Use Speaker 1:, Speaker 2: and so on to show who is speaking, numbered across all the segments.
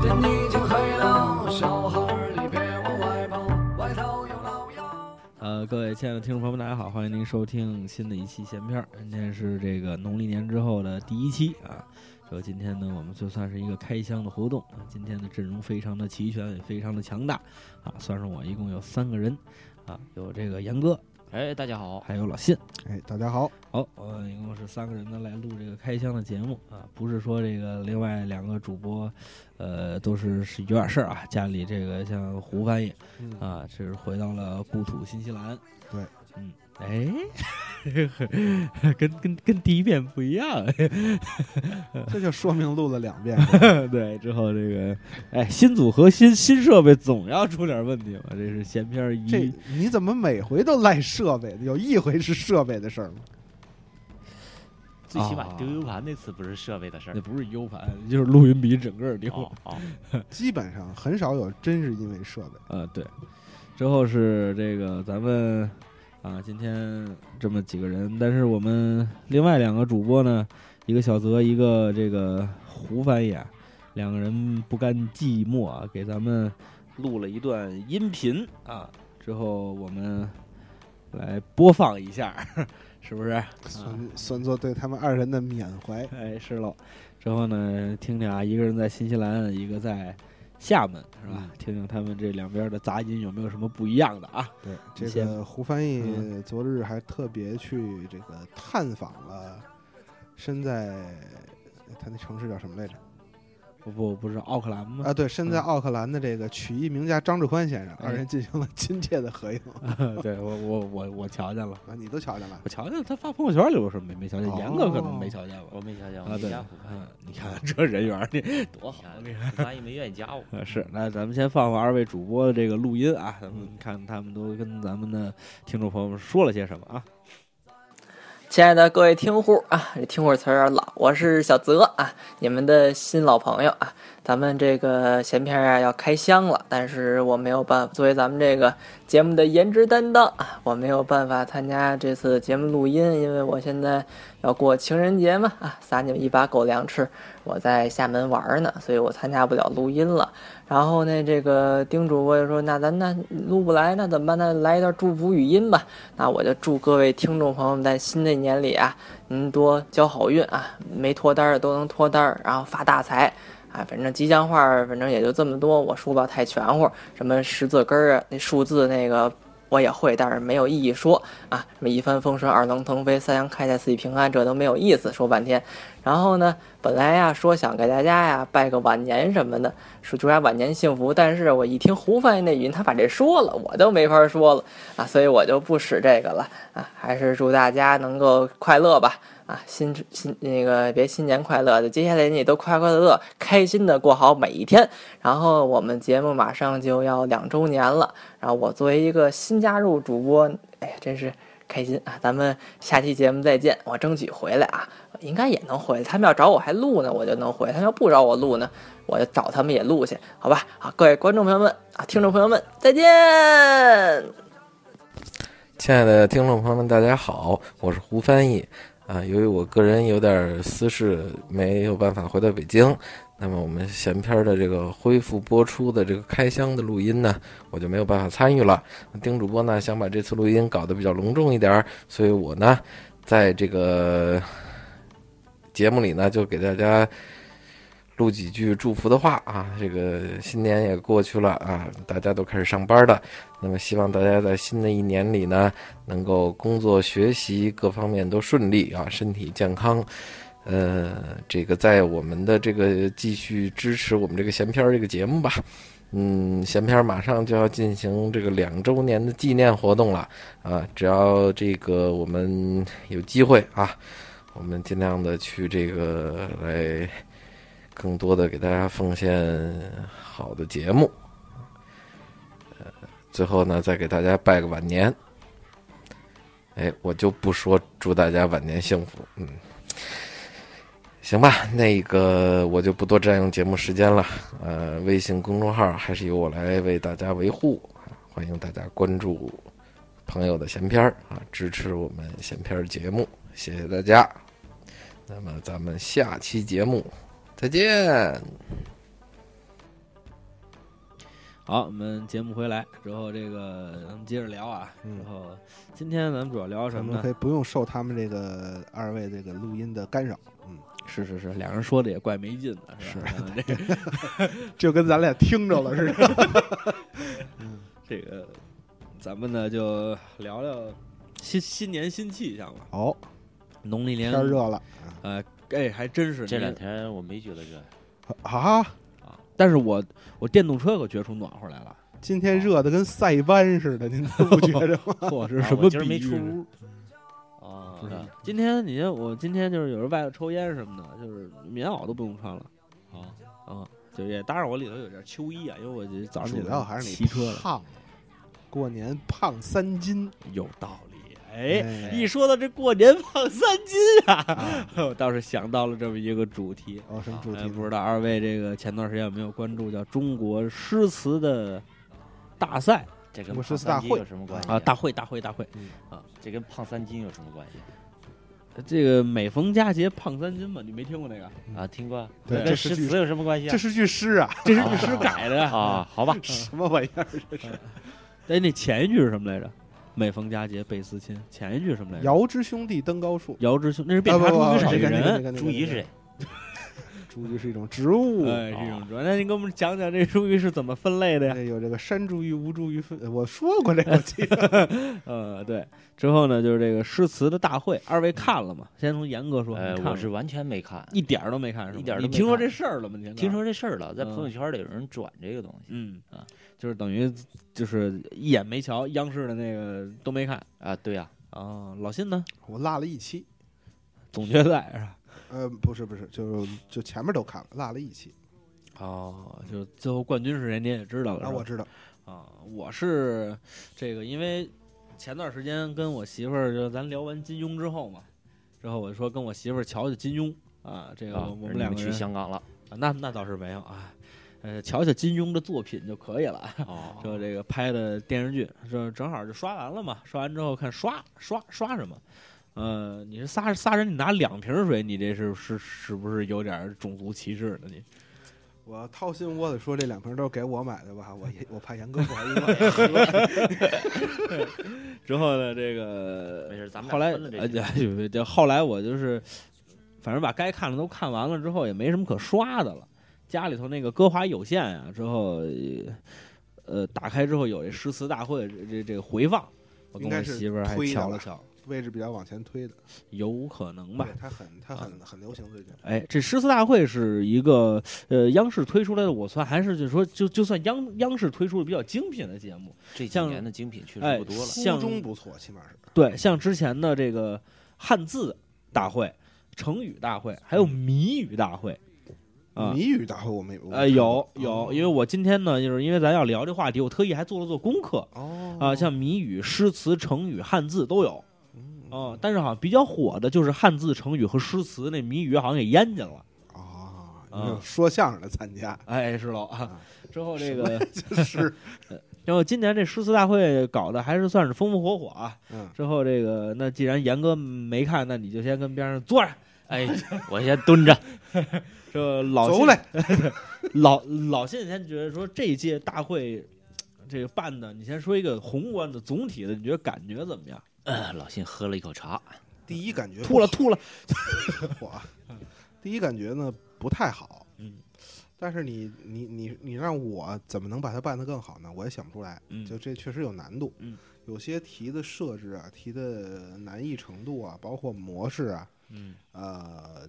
Speaker 1: 天已经黑了，小孩儿你别往外跑，外头有老妖。
Speaker 2: 呃，各位亲爱的听众朋友们，大家好，欢迎您收听新的一期闲片儿。今天是这个农历年之后的第一期啊。这今天呢，我们就算是一个开箱的活动啊。今天的阵容非常的齐全，也非常的强大啊。算上我，一共有三个人啊，有这个杨哥，
Speaker 3: 哎，大家好，
Speaker 2: 还有老信。
Speaker 4: 哎，大家好，
Speaker 2: 好，呃，一共是三个人呢来录这个开箱的节目啊，不是说这个另外两个主播，呃，都是是有点事儿啊，家里这个像胡翻译
Speaker 4: 嗯
Speaker 2: 啊，这是回到了故土新西兰。
Speaker 4: 对，
Speaker 2: 嗯，哎， 跟跟跟第一遍不一样。 嗯
Speaker 4: 这就说明录了两遍。
Speaker 2: 对，之后这个，哎，新组合新新设备总要出点问题嘛，这是闲篇儿一。
Speaker 4: 这你怎么每回都赖设备？有一回是设备的事儿吗？
Speaker 3: 最起码
Speaker 2: 啊
Speaker 3: 丢 U 盘那次不是设备的事儿
Speaker 2: 那。不是 U 盘，就是录音笔整个儿丢。
Speaker 3: 哦哦，
Speaker 4: 基本上很少有真是因为设备。
Speaker 2: 呃，对，之后是这个咱们啊，今天这么几个人，但是我们另外两个主播呢，一个小泽，一个这个胡翻译，啊，两个人不甘寂寞啊，给咱们录了一段音频啊，之后我们来播放一下， 是不是？
Speaker 4: 算算作对他们二人的缅怀。
Speaker 2: 哎，是喽。之后呢，听听啊，一个人在新西兰，一个在厦门，是吧？听听他们这两边的杂音有没有什么不一样的啊？
Speaker 4: 对，这
Speaker 2: 先
Speaker 4: 个胡翻
Speaker 2: 嗯
Speaker 4: 译昨日还特别去这个探访了身在他那城市叫什么来着？
Speaker 2: 不不不是奥克兰吗？
Speaker 4: 啊，对，身
Speaker 2: 嗯
Speaker 4: 在奥克兰的这个曲艺名家张志宽先生，
Speaker 2: 哎嗯
Speaker 4: 二人进行了亲切的合影。
Speaker 2: 对我我我我瞧见了，
Speaker 4: 啊，你都瞧见了
Speaker 2: 我？瞧见他发朋友圈里，我说没没瞧见，
Speaker 4: 哦
Speaker 2: 严哥可能没瞧见吧
Speaker 3: 我。没想想，我
Speaker 2: 啊，
Speaker 3: 没
Speaker 2: 对
Speaker 3: 加胡，翻
Speaker 2: 嗯，你看这人缘儿，你
Speaker 3: 译，多好！啊 胡翻译没啊愿意加我，
Speaker 2: 呃是，那咱们先放放二位主播的这个录音啊，咱们看他们都跟咱们的听众朋友们说了些什么啊。
Speaker 5: 亲爱的各位听户啊，这听户词儿有点老，我是小泽啊，你们的新老朋友啊。咱们这个闲篇啊要开箱了，但是我没有办法，作为咱们这个节目的颜值担当啊，我没有办法参加这次节目录音，因为我现在要过情人节嘛啊，撒你们一把狗粮吃，我在厦门玩儿呢，所以我参加不了录音了。然后呢，这个叮嘱我也说，那咱那录不来，那怎么办？那来一段祝福语音吧。那我就祝各位听众朋友们在新的一年里啊，您多交好运啊，没脱单儿的都能脱单儿，然后发大财。啊，反正吉祥话儿，反正也就这么多，我说不了太全乎。什么十字根儿啊，那数字那个我也会，但是没有意义说啊。什么一帆风顺，二龙腾飞，三阳开泰，四季平安，这都没有意思，说半天。然后呢，本来呀说想给大家呀拜个晚年什么的，说祝大家晚年幸福。但是我一听胡翻译那语音，他把这说了，我都没法说了。啊，所以我就不使这个了啊，还是祝大家能够快乐吧啊，新新那个别新年快乐，就接下来你都快快乐乐、开心的过好每一天。然后我们节目马上就要两周年了，然后我作为一个新加入主播，哎呀，真是。开心啊！咱们下期节目再见，我争取回来啊，应该也能回来。他们要找我还录呢，我就能回来；他们要不找我录呢，我就找他们也录去，好吧？好，各位观众朋友们啊，听众朋友们，再见。
Speaker 6: 亲爱的听众朋友们，大家好，我是胡翻译啊。由于我个人有点私事，没有办法回到北京，那么我们闲篇儿的这个恢复播出的这个开箱的录音呢，我就没有办法参与了。丁主播呢想把这次录音搞得比较隆重一点儿，所以我呢在这个节目里呢就给大家。录几句祝福的话啊，这个新年也过去了啊，大家都开始上班了。那么希望大家在新的一年里呢，能够工作、学习各方面都顺利啊，身体健康。呃，这个在我们的这个继续支持我们这个闲篇儿这个节目吧。嗯，闲篇儿马上就要进行这个两周年的纪念活动了啊！只要这个我们有机会啊，我们尽量的去这个来更多的给大家奉献好的节目。最后呢，再给大家拜个晚年。哎，我就不说祝大家晚年幸福，嗯，行吧，那个我就不多占用节目时间了。呃，微信公众号还是由我来为大家维护，欢迎大家关注朋友的闲篇儿啊，支持我们闲篇儿节目，谢谢大家。那么咱们下期节目再见。
Speaker 2: 好，我们节目回来之后，这个咱们接着聊啊。
Speaker 4: 嗯
Speaker 2: 然后今天咱们主要聊
Speaker 4: 咱
Speaker 2: 什么
Speaker 4: 们
Speaker 2: 呢
Speaker 4: 可？以不用受他们这个二位这个录音的干扰，嗯，
Speaker 2: 是是是，俩人说的也怪没劲的，是吧？ 啊这
Speaker 4: 就跟咱俩听着了似的。
Speaker 2: 这个，咱们呢就聊聊新新年新气象吧。
Speaker 4: 哦，
Speaker 2: 农历年
Speaker 4: 天儿热 了
Speaker 2: 呃，哎，还真是
Speaker 3: 这
Speaker 2: 您
Speaker 3: 两天我没觉得热，
Speaker 4: 啊！
Speaker 2: 但是我我电动车可觉出暖和来 了。
Speaker 4: 今天热的跟塞班似的，您不觉着 吗？
Speaker 2: 嚯，这是
Speaker 3: 啊
Speaker 2: 什
Speaker 3: 我
Speaker 2: 么
Speaker 3: 今儿没
Speaker 2: 比
Speaker 3: 出
Speaker 2: 喻？
Speaker 3: 屋。哦
Speaker 2: 不是
Speaker 3: 啊
Speaker 2: 今天你看我今天就是有人外头抽烟什么的，就是棉袄都不用穿了
Speaker 3: 哦，
Speaker 2: 啊，就是也当然我里头有件秋衣啊，因为我这早上起
Speaker 4: 主
Speaker 2: 来
Speaker 4: 要还是
Speaker 2: 骑
Speaker 4: 你
Speaker 2: 车了，
Speaker 4: 胖，过年胖三斤，
Speaker 2: 有道理。哎，
Speaker 4: 哎
Speaker 2: 一说到这过年胖三斤 啊，
Speaker 4: 啊
Speaker 2: 我倒是想到了这么一个主题。
Speaker 4: 哦，什么主
Speaker 2: 哎，
Speaker 4: 题？
Speaker 2: 不知道二位这个前段时间有没有关注叫中国诗词的大赛
Speaker 3: 这跟
Speaker 4: 我
Speaker 3: 胖
Speaker 4: 是四大
Speaker 3: 三斤
Speaker 4: 会
Speaker 3: 有什么关系啊
Speaker 2: 啊？大会大会大会，
Speaker 3: 这跟胖三斤有什么关系
Speaker 2: 这个每逢佳节胖三斤嘛，你没听过那个？
Speaker 3: 啊？听过，
Speaker 4: 对这
Speaker 3: 这跟
Speaker 4: 是
Speaker 3: 诗
Speaker 4: 句
Speaker 3: 词有什么关系啊？
Speaker 4: 这是句诗啊，
Speaker 2: 这是律师改的
Speaker 3: 啊，好吧，
Speaker 4: 什么玩意儿？
Speaker 2: 哎，那前一句是什么来着？每逢佳节倍思亲。前一句是什么来着？
Speaker 4: 尧之兄弟登高处，
Speaker 2: 尧之兄，那是遍察
Speaker 4: 啊
Speaker 2: 诸
Speaker 4: 不
Speaker 2: 于
Speaker 4: 不
Speaker 2: 少
Speaker 4: 不
Speaker 2: 一
Speaker 4: 这个
Speaker 2: 人。，
Speaker 3: 茱萸是谁？
Speaker 4: 茱萸是一种植物，
Speaker 2: 哎，是一种专。那你给我们讲讲这茱萸是怎么分类的呀？
Speaker 4: 这哎有这个山茱萸、无茱萸分，我说过这 个，我记得
Speaker 2: 呃，对。之后呢，就是这个诗词的大会，二位看了吗？先从严格说，
Speaker 3: 呃
Speaker 2: 你，看嗯
Speaker 3: 我
Speaker 2: 了
Speaker 3: 是
Speaker 2: 吗
Speaker 3: 完全没看，
Speaker 2: 一点儿都没看，是吧
Speaker 3: 一点儿都
Speaker 2: 你
Speaker 3: 没
Speaker 2: 听说
Speaker 3: 看
Speaker 2: 这事儿了吗？你先
Speaker 3: 听
Speaker 2: 告诉我，
Speaker 3: 说这事儿了，在
Speaker 2: 嗯
Speaker 3: 朋友圈里有人转这个东西
Speaker 2: 嗯
Speaker 3: 啊，
Speaker 2: 就是等于就是一眼没瞧，央视的那个都没看
Speaker 3: 啊，对呀，
Speaker 2: 啊。老信呢？
Speaker 4: 我落了一期。
Speaker 2: 总决赛是吧？
Speaker 4: 呃，不是不是，就就前面都看了，落了一期
Speaker 2: 哦，就是最后冠军是谁，你也知道了。
Speaker 4: 啊，
Speaker 2: 是吧
Speaker 4: 我知道，
Speaker 2: 啊，我是这个，因为前段时间跟我媳妇儿，就咱聊完金庸之后嘛，之后我就说跟我媳妇儿瞧瞧金庸啊，这个
Speaker 3: 啊，
Speaker 2: 我
Speaker 3: 你
Speaker 2: 们两个
Speaker 3: 去
Speaker 2: 人，
Speaker 3: 香 港了，
Speaker 2: 啊那那倒是没有啊，呃，瞧瞧金庸的作品就可以了。
Speaker 3: 哦，
Speaker 2: 说这个拍的电视剧，这正好就刷完了嘛，刷完之后看刷刷刷什么。呃，你是仨仨人，你拿两瓶水，你这是是是不是有点种族歧视呢？你
Speaker 4: 我掏心窝子说这两瓶都是给我买的吧，我也我怕严哥不好意思。
Speaker 2: 之后呢，这个
Speaker 3: 没事，咱们
Speaker 2: 后来，
Speaker 3: 分了
Speaker 2: 哎
Speaker 3: 这
Speaker 2: 对
Speaker 3: 些，
Speaker 2: 对对，后来我就是，反正把该看的都看完了之后，也没什么可刷的了。家里头那个歌华有线啊，之后，呃，打开之后有这诗词大会这这这个回放，我跟
Speaker 4: 应该
Speaker 2: 我
Speaker 4: 是
Speaker 2: 媳妇儿还
Speaker 4: 推的
Speaker 2: 瞧了
Speaker 4: 吧
Speaker 2: 瞧，
Speaker 4: 位置比较往前推的，
Speaker 2: 有可能吧
Speaker 4: 对，。它很它很很流行最近。
Speaker 2: 哎，这诗词大会是一个呃央视推出来的，我算还是就说就就算央央视推出的比较精品的节目。
Speaker 3: 这几
Speaker 2: 像
Speaker 3: 年的精品确
Speaker 2: 哎
Speaker 3: 实不多了，
Speaker 2: 像
Speaker 4: 初中不错，起码是
Speaker 2: 对，像之前的这个汉字大会、成语大会，还有谜语大会。啊
Speaker 4: 嗯谜语大会我没我没
Speaker 2: 呃，
Speaker 4: 看
Speaker 2: 有
Speaker 4: 过
Speaker 2: 有，
Speaker 4: 哦
Speaker 2: 因为我今天呢，就是因为咱要聊这话题，我特意还做了做功课
Speaker 4: 哦
Speaker 2: 啊、像谜语、诗词、成语、汉字都有
Speaker 4: 嗯
Speaker 2: 啊、但是好像比较火的就是汉字、成语和诗词，那谜语好像也淹进了。
Speaker 4: 啊，
Speaker 2: 啊
Speaker 4: 有说相声的 参加，
Speaker 2: 哎，是喽啊
Speaker 4: 啊。
Speaker 2: 之后这个，
Speaker 4: 就是
Speaker 2: 然后今年这诗词大会搞得还是算是风风火火啊。
Speaker 4: 嗯，
Speaker 2: 之后这个，那既然严哥没看，那你就先跟边上坐着。
Speaker 3: 哎，我先蹲着，
Speaker 2: 这老
Speaker 4: 走
Speaker 2: 信
Speaker 4: 嘞，
Speaker 2: 老老信先觉得说这一届大会这个办的，你先说一个宏观的总体的，你觉得感觉怎么样？
Speaker 3: 呃老信喝了一口茶，
Speaker 4: 第一感觉
Speaker 2: 吐了吐了，
Speaker 4: 不火 啊，第一感觉呢不太好，
Speaker 2: 嗯
Speaker 4: 但是你你你你让我怎么能把它办得更好呢？我也想不出来，
Speaker 2: 嗯
Speaker 4: 就这确实有难度，
Speaker 2: 嗯，
Speaker 4: 有些题的设置啊，题的难易程度啊，包括模式啊，
Speaker 2: 嗯
Speaker 4: 呃，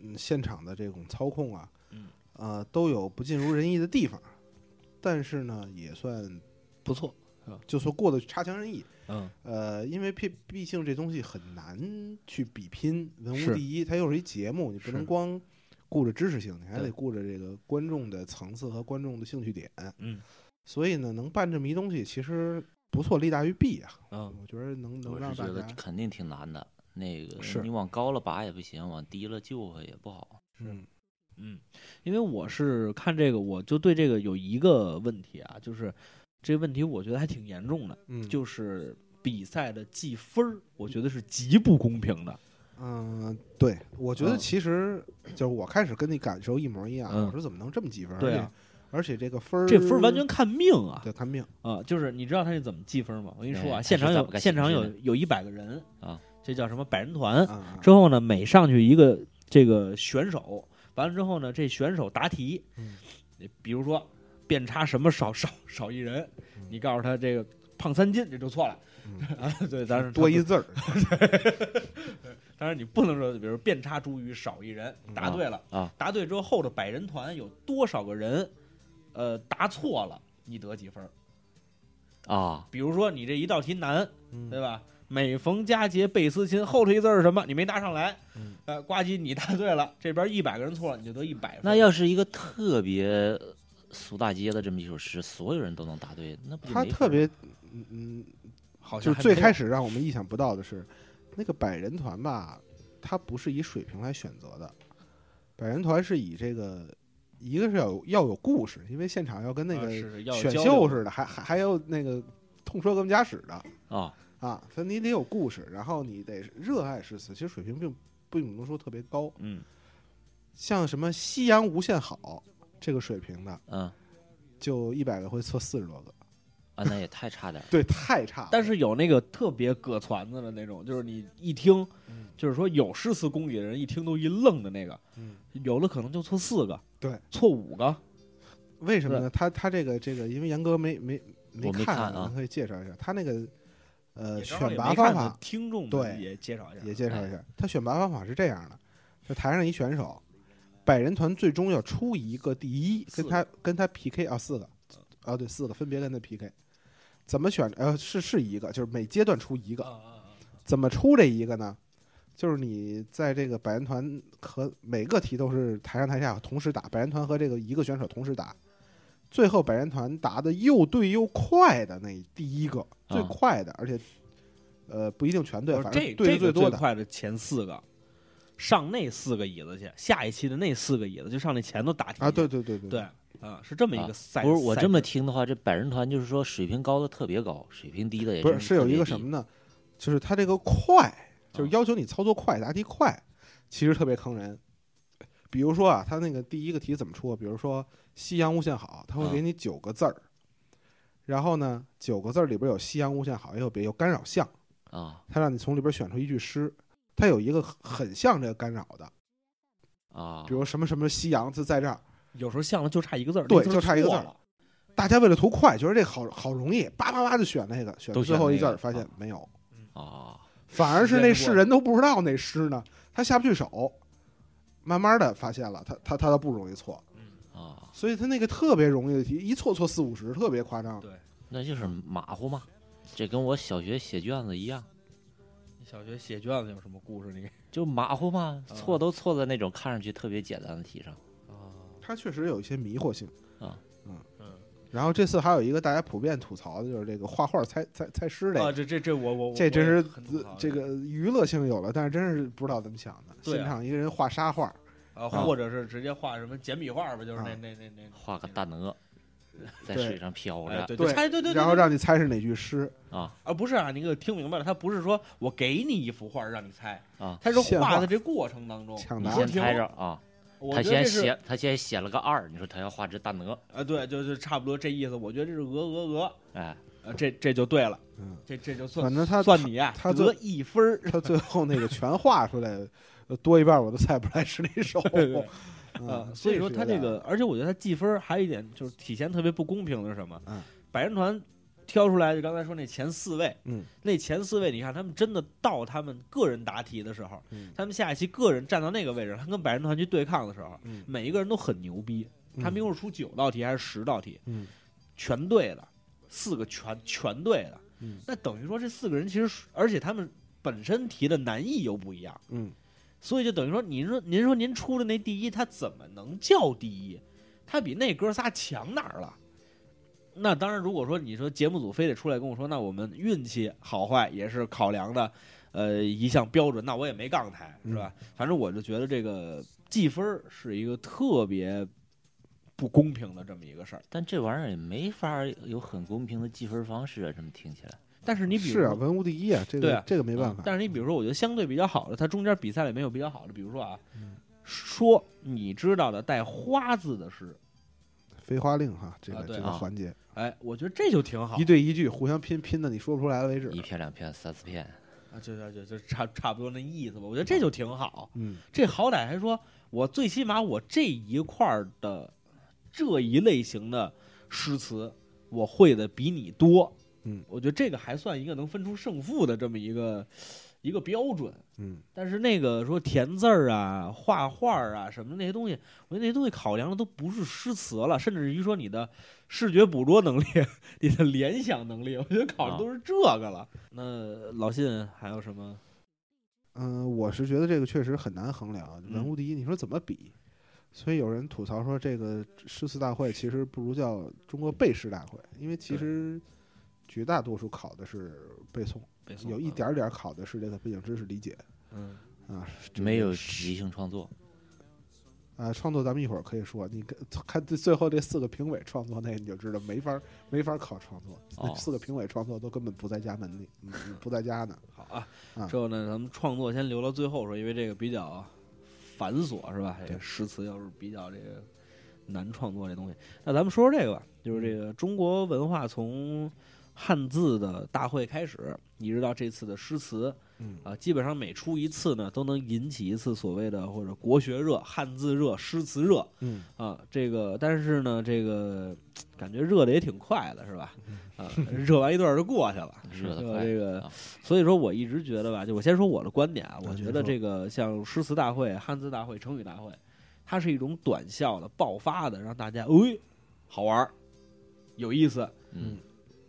Speaker 4: 嗯，现场的这种操控啊，
Speaker 2: 嗯，
Speaker 4: 呃，都有不尽如人意的地方，但是呢，也算
Speaker 2: 不错，
Speaker 4: 就说过得差强人意。
Speaker 2: 嗯
Speaker 4: 呃，因为毕毕竟这东西很难去比拼，文
Speaker 2: 是
Speaker 4: 无第一，它又是一节目，你不
Speaker 2: 是
Speaker 4: 能光顾着知识性，你还
Speaker 2: 对
Speaker 4: 得顾着这个观众的层次和观众的兴趣点。
Speaker 2: 嗯
Speaker 4: 所以呢，能办这么一东西，其实不错，利大于弊啊。
Speaker 2: 嗯，
Speaker 4: 我觉得能能
Speaker 3: 我
Speaker 4: 让
Speaker 3: 是
Speaker 4: 大
Speaker 3: 觉得
Speaker 4: 家
Speaker 3: 肯定挺难的，那个
Speaker 2: 是
Speaker 3: 你往高了拔也不行，往低了救它也不好。
Speaker 4: 嗯
Speaker 2: 嗯，因为我是看这个，我就对这个有一个问题啊，就是这个问题我觉得还挺严重的，
Speaker 4: 嗯，
Speaker 2: 就是比赛的计分儿，我觉得是极不公平的。
Speaker 4: 嗯，对，我觉得
Speaker 2: 嗯
Speaker 4: 其实就是我开始跟你感受一模一样，
Speaker 2: 嗯
Speaker 4: 我说怎么能这么积分？
Speaker 2: 对啊
Speaker 4: 而且，而且这个分儿，
Speaker 2: 这分儿完全看命啊
Speaker 4: 得看命。
Speaker 2: 啊！就是你知道他是怎么计分儿吗？我跟你说啊，
Speaker 3: 哎
Speaker 2: 现场
Speaker 3: 他是怎
Speaker 2: 有
Speaker 3: 么个
Speaker 2: 现场有
Speaker 3: 形式
Speaker 2: 有一百个人
Speaker 3: 啊，
Speaker 2: 这叫什么百人团？
Speaker 4: 啊，
Speaker 2: 之后呢，每上去一个这个选手，完了之后呢，这选手答题，
Speaker 4: 嗯
Speaker 2: 比如说变差什么少少少一人，
Speaker 4: 嗯
Speaker 2: 你告诉他这个胖三斤，这就错了。
Speaker 4: 嗯
Speaker 2: 啊，对，当然
Speaker 4: 多一，字儿，
Speaker 2: 当然你不能说，比如变差诸于少一人，答对了
Speaker 3: 啊啊，
Speaker 2: 答对之后后头百人团有多少个人，呃，答错了你得几分儿？
Speaker 3: 啊，
Speaker 2: 比如说你这一道题难，
Speaker 4: 嗯
Speaker 2: 对吧？每逢佳节倍思亲，后头一字儿是什么？你没答上来，
Speaker 4: 嗯
Speaker 2: 呃，呱唧你答对了，这边一百个人错了，你就得一百分。
Speaker 3: 那要是一个特别俗大街的这么一首诗，所有人都能答对，那不就
Speaker 4: 他
Speaker 3: 没
Speaker 4: 特
Speaker 3: 分儿
Speaker 4: 别，嗯嗯，
Speaker 2: 好
Speaker 4: 就
Speaker 2: 像
Speaker 4: 是最开
Speaker 2: 始
Speaker 4: 始让我们意想不到的是，那个百人团吧，它不是以水平来选择的，百人团是以这个，一个是要有要有故事，因为现场啊要跟
Speaker 2: 啊
Speaker 4: 那个选秀似的，还还还有那个痛车革命家史的
Speaker 3: 啊？
Speaker 4: 啊，所以你得有故事，然后你得热爱诗词，其实水平并并不能说特别高，
Speaker 2: 嗯，
Speaker 4: 像什么夕阳无限好这个水平的，
Speaker 3: 嗯
Speaker 4: 就一百个会错四十多个，。
Speaker 3: 啊，那也太差点 儿
Speaker 4: 对，太差了，
Speaker 2: 但是有那个特别搁团子的那种，就是你一听，就是说有诗词功底的人一听都一愣的那个，
Speaker 4: 嗯。
Speaker 2: 有的可能就错四个，
Speaker 4: 对，
Speaker 2: 错五个，
Speaker 4: 为什么呢？他他这个这个，因为杨哥没没没
Speaker 3: 我没
Speaker 4: 看，
Speaker 3: 看啊
Speaker 4: 咱可以介绍一下他那个呃
Speaker 2: 也正好
Speaker 4: 选
Speaker 2: 也
Speaker 4: 拔
Speaker 2: 没
Speaker 4: 方
Speaker 2: 看的
Speaker 4: 法，
Speaker 2: 听众们
Speaker 4: 对
Speaker 2: 也介绍一下，
Speaker 4: 也介绍
Speaker 2: 哎
Speaker 4: 一下。他选拔方法是这样的：就台上一选手，百人团最终要出一个第一，
Speaker 2: 四个
Speaker 4: 跟他跟他 PK 啊，四个啊，对，四个分别跟他 PK。怎么选？呃，是是一个，就是每阶段出一个。怎么出这一个呢？就是你在这个百人团和每个题都是台上台下同时打，百人团和这个一个选手同时打，最后百人团答的又对又快的那第一个最
Speaker 3: 啊
Speaker 4: 快的，而且呃不一定全对，
Speaker 2: 不是
Speaker 4: 反
Speaker 2: 这
Speaker 4: 正对的
Speaker 2: 这个
Speaker 4: 多
Speaker 2: 最
Speaker 4: 的。
Speaker 2: 快的前四个，上那四个椅子去，下一期的那四个椅子就上那前头答题
Speaker 4: 啊，对对对对
Speaker 2: 对，啊，是这么一个
Speaker 3: 啊
Speaker 2: 赛。
Speaker 3: 不是我
Speaker 2: 赛
Speaker 3: 这么
Speaker 2: 制
Speaker 3: 听的话，这百人团就是说水平高的特别高，水平低的也
Speaker 4: 不是是有一个什么呢？就是它这个快，就是
Speaker 3: 啊
Speaker 4: 要求你操作快，答题快，其实特别坑人。比如说啊，它那个第一个题怎么出啊？比如说“夕阳无限好”，它会
Speaker 3: 啊
Speaker 4: 给你九个字儿，然后呢，九个字儿里边有“夕阳无限好”，也有别有干扰项，
Speaker 3: 啊
Speaker 4: 它让你从里边选出一句诗。它有一个很很像这个干扰的，
Speaker 3: 啊
Speaker 4: 比如什么什么夕阳，就在这儿。
Speaker 2: 有时候像了就差一个字儿，
Speaker 4: 对
Speaker 2: 那
Speaker 4: 就差一个字
Speaker 2: 错
Speaker 4: 儿
Speaker 2: 了
Speaker 4: 大家为了图快，觉得这好好容易，叭叭叭就选那个，选
Speaker 3: 都
Speaker 4: 最
Speaker 3: 选
Speaker 4: 后一
Speaker 3: 那
Speaker 4: 字
Speaker 3: 个
Speaker 4: 儿，发现
Speaker 3: 啊
Speaker 4: 没有。
Speaker 3: 啊
Speaker 4: 反而是那
Speaker 2: 时间不够
Speaker 4: 世人都不知道那诗呢，他下不去手，慢慢的发现了，他他他倒不容易错，
Speaker 3: 啊，
Speaker 4: 所以他那个特别容易的题，一错错四五十，特别夸张。
Speaker 3: 那就是马虎嘛。这跟我小学写卷子一样，
Speaker 2: 你小学写卷子有什么故事？你
Speaker 3: 就马虎嘛，
Speaker 2: 啊
Speaker 3: 错都错在那种看上去特别简单的题上。
Speaker 4: 他确实有一些迷惑性
Speaker 3: 啊，
Speaker 4: 嗯
Speaker 2: 嗯。
Speaker 4: 然后这次还有一个大家普遍吐槽的就是这个画画猜猜猜诗这
Speaker 2: 啊，
Speaker 4: 个，
Speaker 2: 这这这我我
Speaker 4: 这真是自
Speaker 2: 这
Speaker 4: 这个娱乐性有了，但是真是不知道怎么想的。
Speaker 2: 对啊
Speaker 4: 现场一个人画沙画，
Speaker 2: 啊，
Speaker 3: 啊
Speaker 2: 或者是直接画什么简笔画吧，就是那
Speaker 4: 啊
Speaker 2: 那那那
Speaker 3: 画个大鹅在
Speaker 4: 对
Speaker 3: 水上飘
Speaker 2: 哎
Speaker 3: 着
Speaker 2: 对
Speaker 4: 对
Speaker 2: 对哎对对，
Speaker 4: 然后
Speaker 2: 对
Speaker 4: 让你猜是哪句诗，
Speaker 2: 啊不是啊，你给我听明白了，他不是说我给你一幅画让你猜
Speaker 3: 啊
Speaker 2: 他是
Speaker 4: 现
Speaker 2: 画
Speaker 4: 画
Speaker 2: 的这过程当中，
Speaker 4: 抢
Speaker 3: 你
Speaker 4: 答
Speaker 3: 先
Speaker 2: 听
Speaker 3: 猜
Speaker 2: 过
Speaker 3: 着啊，
Speaker 2: 我
Speaker 3: 他
Speaker 2: 觉得
Speaker 3: 先
Speaker 2: 这是
Speaker 3: 写他先写了个二，你说他要画只大鹅，
Speaker 2: 啊，对，就就差不多这意思。我觉得这是鹅鹅鹅，
Speaker 3: 哎，
Speaker 2: 呃，这这就对了，
Speaker 4: 嗯，
Speaker 2: 这这就算
Speaker 4: 反正他
Speaker 2: 算你啊，
Speaker 4: 他
Speaker 2: 得
Speaker 4: 最
Speaker 2: 一分儿。
Speaker 4: 他最后那个全画出来，呃多一半我都猜不出来是哪首。
Speaker 2: 呃，
Speaker 4: 嗯，
Speaker 2: 所以说他这
Speaker 4: 这是有点
Speaker 2: 个，而且我觉得他计分儿还有一点就是体现特别不公平的是什么？
Speaker 4: 嗯，
Speaker 2: 百人团挑出来就刚才说那前四位，
Speaker 4: 嗯，
Speaker 2: 那前四位你看他们真的到他们个人答题的时候，
Speaker 4: 嗯
Speaker 2: 他们下一期个人站到那个位置，他跟百人团去对抗的时候，
Speaker 4: 嗯
Speaker 2: 每一个人都很牛逼，他们一共是出九道题还是十道题，
Speaker 4: 嗯
Speaker 2: 全对了，四个全全对了，
Speaker 4: 嗯
Speaker 2: 那等于说这四个人其实是，而且他们本身题的难易又不一样。
Speaker 4: 嗯
Speaker 2: 所以就等于说，您说您说您出的那第一，他怎么能叫第一？他比那哥仨强哪儿了？那当然，如果说你说节目组非得出来跟我说，那我们运气好坏也是考量的，呃一项标准，那我也没杠他，是吧？
Speaker 4: 嗯
Speaker 2: 反正我就觉得这个计分儿是一个特别不公平的这么一个事儿。
Speaker 3: 但这玩意儿也没法儿有很公平的计分方式啊，这么听起来，
Speaker 2: 但是你比
Speaker 4: 是
Speaker 2: 如
Speaker 4: 啊，文无第一啊，这
Speaker 2: 对
Speaker 4: 个
Speaker 2: 啊
Speaker 4: 这个没办法。
Speaker 2: 但是你比如说，我觉得相对比较好的，它中间比赛里面有比较好的，比如说啊，
Speaker 4: 嗯
Speaker 2: 说你知道的带花字的诗，
Speaker 4: 飞花令哈，这
Speaker 2: 啊
Speaker 4: 个
Speaker 2: 对
Speaker 4: 这个
Speaker 3: 啊
Speaker 4: 环节
Speaker 2: 哎，我觉得这就挺好
Speaker 4: 一。对一句互相拼拼的，你说不出来为止。
Speaker 3: 一片两片三四片，
Speaker 2: 啊，就就就就差差不多那意思吧。我觉得这就挺好，
Speaker 4: 嗯，
Speaker 2: 这好歹还说我最起码我这一块儿的这一类型的诗词，我会的比你多。
Speaker 4: 嗯，
Speaker 2: 我觉得这个还算一个能分出胜负的这么一个一个标准。
Speaker 4: 嗯，
Speaker 2: 但是那个说填字儿啊、画画儿啊什么那些东西，我觉得那些东西考量的都不是诗词了，甚至于说你的视觉捕捉能力、你的联想能力，我觉得考的都是这个了。那老信还有什么？
Speaker 4: 嗯、我是觉得这个确实很难衡量，啊
Speaker 2: 嗯
Speaker 4: 文无第一，你说怎么比？所以有人吐槽说，这个诗词大会其实不如叫中国背诗大会，因为其实绝大多数考的是背诵，有
Speaker 2: 啊
Speaker 4: 一，点儿点儿考的是这个背景知识理解
Speaker 2: 嗯，
Speaker 4: 啊。这个
Speaker 3: 没有即兴创作，
Speaker 4: 啊，创作咱们一会儿可以说，你看看最最后这四个评委创作那个你就知道没法儿没法儿考创作，那
Speaker 3: 哦
Speaker 4: 四个评委创作都根本不在家门里，嗯不在家呢。
Speaker 2: 好啊
Speaker 4: 啊。
Speaker 3: 嗯
Speaker 2: 之后呢，咱们创作先留到最后说，因为这个比较繁琐，是吧？这个诗词要是比较这个难创作这东西，那咱们说说这个吧，
Speaker 3: 嗯
Speaker 2: 就是这个中国文化从汉字的大会开始，一直到这次的诗词，
Speaker 4: 嗯
Speaker 2: 啊，基本上每出一次呢，都能引起一次所谓的或者国学热、汉字热、诗词热，
Speaker 4: 嗯，
Speaker 2: 啊，这个但是呢，这个感觉热的也挺快的，是吧？啊，热完一段儿就过去了，
Speaker 3: 嗯 热得
Speaker 2: 这个
Speaker 3: 快
Speaker 2: 这个
Speaker 3: 啊，
Speaker 2: 所以说我一直觉得吧，就我先说我的观点啊，我
Speaker 4: 您
Speaker 2: 觉得
Speaker 4: 说
Speaker 2: 这个像诗词大会、汉字大会、成语大会，它是一种短效的、爆发的，让大家哎好玩儿、有意思，
Speaker 3: 嗯，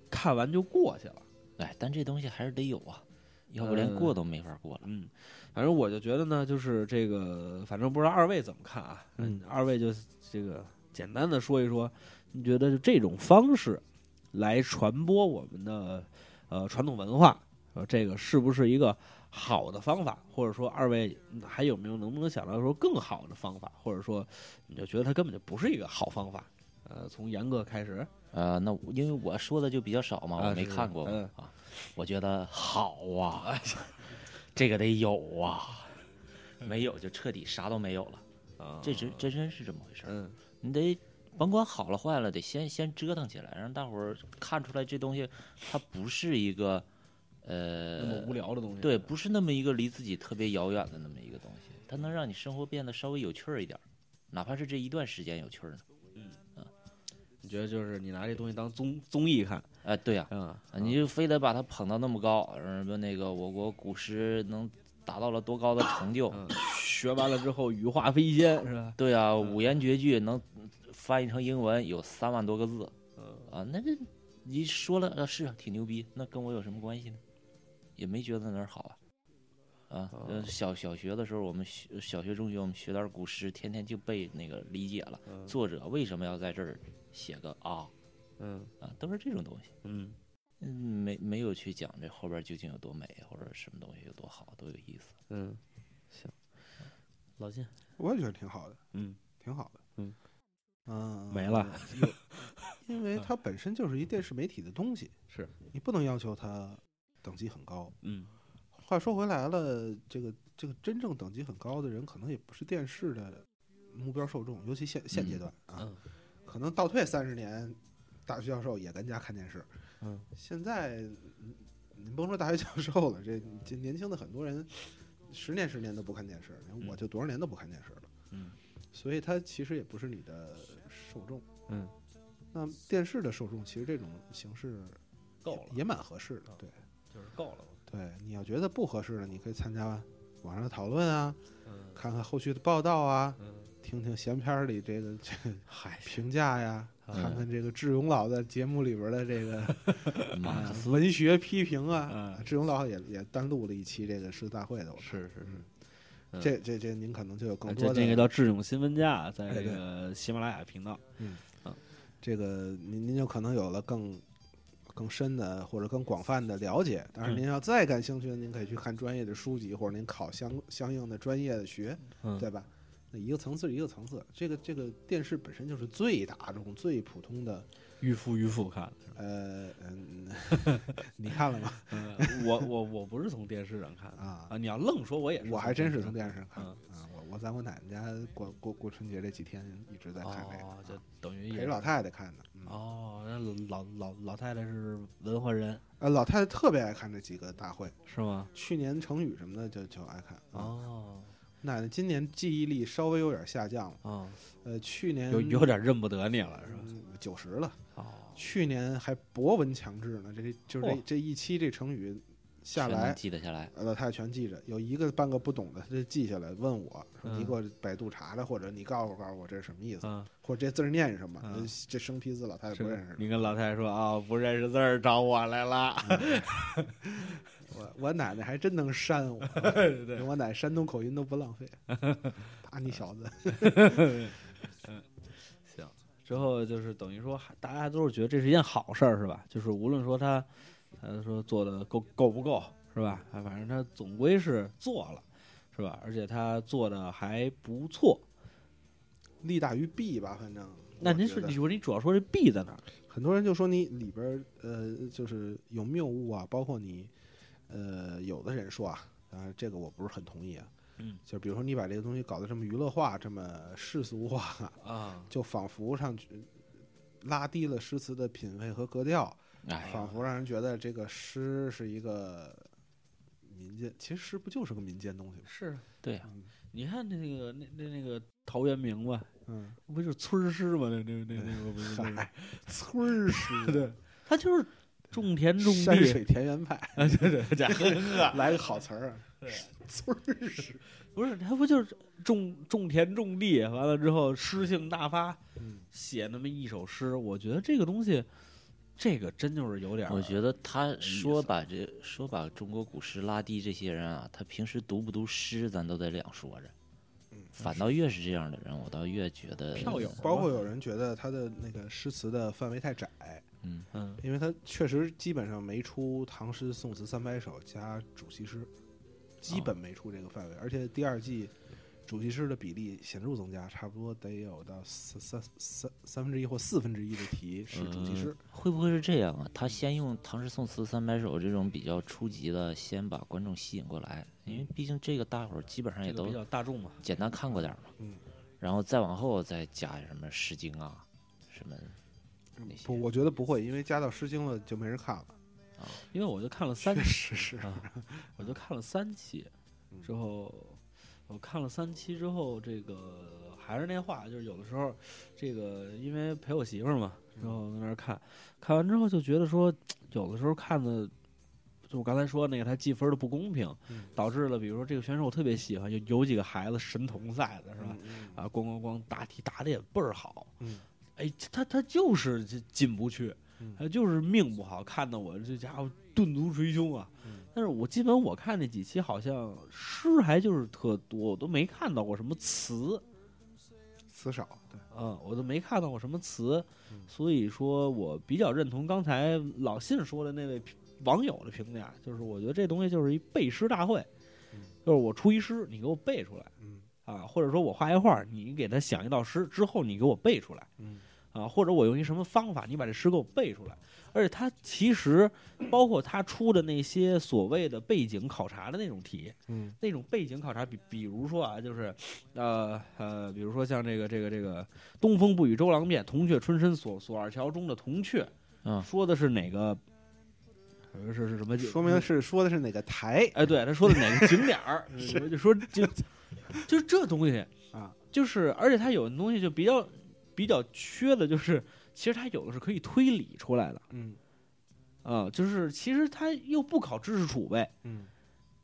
Speaker 2: 看完就过去了。
Speaker 3: 哎，但这东西还是得有啊，要不连
Speaker 2: 呃
Speaker 3: 过都没法过了。
Speaker 2: 嗯，反正我就觉得呢，就是这个，反正不知道二位怎么看啊？
Speaker 4: 嗯，
Speaker 2: 二位就这个简单的说一说，你觉得就这种方式来传播我们的呃传统文化，呃，这个是不是一个好的方法？或者说，二位还有没有能不能想到说更好的方法？或者说，你就觉得它根本就不是一个好方法？呃，从严格开始，
Speaker 3: 呃，那我因为我说的就比较少嘛，
Speaker 2: 啊
Speaker 3: 我没
Speaker 2: 是
Speaker 3: 看过嘛
Speaker 2: 嗯哎
Speaker 3: 啊，我觉得好啊， 这个得有啊，没有就彻底啥都没有了，
Speaker 2: 啊
Speaker 3: 这真这真是这么回事儿。
Speaker 2: 嗯
Speaker 3: 你得甭管好了坏了，得先先折腾起来，让大伙儿看出来这东西它不是一个
Speaker 2: 那么
Speaker 3: 呃，
Speaker 2: 无聊的东西，
Speaker 3: 对，不是那么一个离自己特别遥远的那么一个东西，它能让你生活变得稍微有趣儿一点儿，哪怕是这一段时间有趣儿呢。
Speaker 2: 你觉得就是你拿这东西当综综艺看
Speaker 3: 哎、对呀、
Speaker 2: 啊？
Speaker 3: 啊，你就非得把它捧到那么高，什么那个我国古诗能达到了多高的成就？
Speaker 2: 嗯，学完了之后羽化飞仙是吧？
Speaker 3: 对啊，五言绝句能翻译成英文有三万多个字，
Speaker 2: 嗯
Speaker 3: 啊，那这你说了、啊、是啊挺牛逼，那跟我有什么关系呢？也没觉得哪儿好啊，啊，
Speaker 2: 哦
Speaker 3: 呃小小学的时候我们学小学、中学我们学点古诗，天天就背那个理解了，
Speaker 2: 嗯
Speaker 3: 作者为什么要在这儿写个啊
Speaker 2: 嗯
Speaker 3: 啊，都是这种东西。
Speaker 2: 嗯
Speaker 3: 嗯，没没有去讲这后边究竟有多美，或者什么东西有多好，多有 意思。
Speaker 2: 嗯，行，老金，
Speaker 4: 我也觉得挺好的，
Speaker 2: 嗯，
Speaker 4: 挺好的，
Speaker 2: 嗯
Speaker 4: 嗯
Speaker 2: 没了，嗯
Speaker 4: 有因为它本身就是一电视媒体的东西，
Speaker 2: 是
Speaker 4: 你不能要求它等级很高。
Speaker 2: 嗯
Speaker 4: 话说回来了，这个这个真正等级很高的人，可能也不是电视的目标受众，尤其现现阶段啊，
Speaker 2: 嗯
Speaker 4: 可能倒退三十年，大学教授也跟家看电视。
Speaker 2: 嗯，
Speaker 4: 现在嗯您甭说大学教授了，这这年轻的很多人，十年十年都不看电视，
Speaker 2: 嗯
Speaker 4: 我就多少年都不看电视了。
Speaker 2: 嗯，
Speaker 4: 所以它其实也不是你的受众。
Speaker 2: 嗯，
Speaker 4: 那电视的受众其实这种形式
Speaker 2: 够了，
Speaker 4: 也蛮合适的
Speaker 2: 嗯，
Speaker 4: 对。
Speaker 2: 就是够了。
Speaker 4: 对，你要觉得不合适的，你可以参加网上的讨论啊，
Speaker 2: 嗯
Speaker 4: 看看后续的报道啊，
Speaker 2: 嗯，
Speaker 4: 听听闲篇儿里这个 这个
Speaker 2: 嗨，
Speaker 4: 评价呀，
Speaker 2: 嗯
Speaker 4: 看看这个志勇老在节目里边的 这个
Speaker 3: 马克
Speaker 4: 呃
Speaker 3: 思
Speaker 4: 文学批评啊。
Speaker 2: 嗯
Speaker 4: 志勇老也也单录了一期这个诗词大会的，我
Speaker 2: 是是是，嗯
Speaker 4: 这这这您可能就有更
Speaker 2: 这
Speaker 4: 多
Speaker 2: 这个
Speaker 4: 的
Speaker 2: 叫智勇新闻架，在
Speaker 4: 哎
Speaker 2: 这
Speaker 4: 对
Speaker 2: 个喜马拉雅频道，
Speaker 4: 这个您您就可能有了更更深的或者更广泛的了解。当
Speaker 2: 嗯
Speaker 4: 然，您要再感兴趣的，您可以去看专业的书籍，或者您考相相应的专业的学，
Speaker 2: 嗯
Speaker 4: 对吧？那一个层次是一个层次，这个这个电视本身就是最大众、最普通的，
Speaker 2: 预付预付看，
Speaker 4: 呃嗯， 你看了吗？
Speaker 2: 嗯，我我我不是从电视上看的
Speaker 4: 啊
Speaker 2: 啊，你要愣说我也是，
Speaker 4: 我还真是从
Speaker 2: 电
Speaker 4: 电视上看
Speaker 2: 嗯
Speaker 4: 啊，我我在我奶奶家过过过春节这几天一直在
Speaker 2: 视
Speaker 4: 看这个，啊
Speaker 2: 哦，就等于
Speaker 4: 陪
Speaker 2: 也
Speaker 4: 着老太太看的。嗯
Speaker 2: 哦，那老老老太太是文化人
Speaker 4: 呃，老太太特别爱看这几个大会，
Speaker 2: 是吗？
Speaker 4: 去年成语什么的就就爱看。
Speaker 2: 哦
Speaker 4: 奶奶今年记忆力稍微有点下降了，
Speaker 2: 哦，
Speaker 4: 呃，去年嗯
Speaker 2: 有有点认不得你了是吧？
Speaker 4: 九十了，
Speaker 2: 哦，
Speaker 4: 去年还博闻强志呢，这就是这、
Speaker 2: 嚯
Speaker 4: 这一期这成语下
Speaker 3: 全能
Speaker 4: 来，
Speaker 3: 记得下来。
Speaker 4: 呃老太太全记着，有一个半个不懂的，她就记下来问我说：“
Speaker 2: 嗯
Speaker 4: 你给我百度查查，或者你告诉我告诉我这是什么意思，
Speaker 2: 嗯，
Speaker 4: 或者这字儿念什么？”呃
Speaker 2: 嗯
Speaker 4: 这这生僻字老太太不认
Speaker 2: 是
Speaker 4: 识。
Speaker 2: 你跟老太太说啊，不认识字儿找我来了，
Speaker 4: 我我奶奶还真能扇我，
Speaker 2: 对，
Speaker 4: 我奶奶山东口音都不浪费， 打你小子！
Speaker 2: 行， 之后就是等于说，还大家都是觉得这是一件好事儿，是吧？就是无论说他，他说做的够够不够，是吧？啊，反正他总归是做了，是吧？而且他做的还不错。
Speaker 4: 利大于弊吧，反正。
Speaker 2: 那
Speaker 4: 我
Speaker 2: 您
Speaker 4: 觉
Speaker 2: 是
Speaker 4: 得
Speaker 2: 你说你主要说这弊在哪儿？
Speaker 4: 很多人就说你里边儿呃就是有谬误啊，包括你呃有的人说啊，当然这个我不是很同意啊，
Speaker 2: 嗯，
Speaker 4: 就比如说你把这个东西搞得这么娱乐化、这么世俗化，
Speaker 2: 啊，
Speaker 4: 就仿佛上去拉低了诗词的品味和格调，
Speaker 3: 哎呀，
Speaker 4: 仿佛让人觉得这个诗是一个民间，其实诗不就是个民间东西吗？
Speaker 2: 是，
Speaker 3: 对呀、
Speaker 2: 你看那个那那那个陶渊明吧，
Speaker 4: 嗯，
Speaker 2: 不就是村诗吗？那那那那个不是那个
Speaker 4: 嗨，村儿诗 对，
Speaker 2: 他就是种田种
Speaker 4: 山
Speaker 2: 地，
Speaker 4: 水田园派，
Speaker 2: 啊，对对 对，呵呵，
Speaker 4: 来个好词儿啊，
Speaker 2: 对
Speaker 4: 村儿诗。
Speaker 2: 不是他不就是种种田种地，完了之后诗性大发，
Speaker 4: 嗯
Speaker 2: 写那么一首诗，我觉得这个东西，这个真就是有点儿，
Speaker 3: 我觉得他
Speaker 2: 思
Speaker 3: 说把这说把中国古诗拉低这些人啊，他平时读不读诗，咱都得两说着。反倒越是这样的人，我倒越觉得
Speaker 2: 票友
Speaker 4: 包括有人觉得他的那个诗词的范围太窄，
Speaker 3: 嗯，
Speaker 2: 嗯
Speaker 4: 因为他确实基本上没出唐诗宋词三百首加主题诗，基本没出这个范围。而且第二季主题诗的比例显著增加，差不多得有到三三三三分之一或四分之一的题是主题诗。
Speaker 3: 会不会是这样啊？他先用唐诗宋词三百首这种比较初级的，先把观众吸引过来，因为毕竟这个大伙儿基本上也
Speaker 2: 这个
Speaker 3: 都
Speaker 2: 比较大众嘛，
Speaker 3: 简单看过点儿嘛。
Speaker 4: 嗯。
Speaker 3: 然后再往后再加什么《诗经》啊，什么那些。
Speaker 4: 嗯不，我觉得不会，因为加到《诗经》了就没人看了。
Speaker 2: 因为我就看了三
Speaker 4: 确实是，
Speaker 2: 啊，我就看了三期，
Speaker 4: 嗯
Speaker 2: 之后我看了三期之后，这个还是那话，就是有的时候，这个因为陪我媳妇儿嘛，
Speaker 4: 嗯
Speaker 2: 之后在那儿看，看完之后就觉得说，有的时候看的，就我刚才说那个他计分的不公平，
Speaker 4: 嗯
Speaker 2: 导致了比如说这个选手我特别喜欢，有有几个孩子神童赛的是吧？
Speaker 4: 嗯
Speaker 2: 啊，咣咣咣答题答的也倍儿好，
Speaker 4: 嗯
Speaker 2: 哎，他他就是进进不去，
Speaker 4: 嗯
Speaker 2: 他就是命不好，看到我这家伙顿足捶胸啊。
Speaker 4: 嗯
Speaker 2: 但是我基本我看那几期好像诗还就是特多，我都没看到过什么词
Speaker 4: 词少，对，
Speaker 2: 啊、我都没看到过什么词
Speaker 4: 嗯，
Speaker 2: 所以说我比较认同刚才老信说的那位评网友的评价，就是我觉得这东西就是一背诗大会
Speaker 4: 嗯，
Speaker 2: 就是我出一诗，你给我背出来
Speaker 4: 嗯
Speaker 2: 啊，或者说我画一画，你给他想一道诗之后，你给我背出来。
Speaker 4: 嗯
Speaker 2: 啊，或者我用一什么方法，你把这诗给我背出来。而且他其实包括他出的那些所谓的背景考察的那种题，
Speaker 4: 嗯
Speaker 2: 那种背景考察，比比如说啊，就是呃呃，比如说像这个这个这个“东风不与周郎便，铜雀春深锁锁二乔”中的铜雀，
Speaker 3: 嗯
Speaker 2: 说的是哪个？呃是是什么？
Speaker 4: 说明是说的是哪个台？
Speaker 2: 哎，对，他说的哪个景点 儿，我就说就就是这东西
Speaker 4: 啊，
Speaker 2: 就是而且他有的东西就比较比较缺的，就是其实他有的是可以推理出来的
Speaker 4: 嗯
Speaker 2: 啊、就是其实他又不考知识储备，
Speaker 4: 嗯，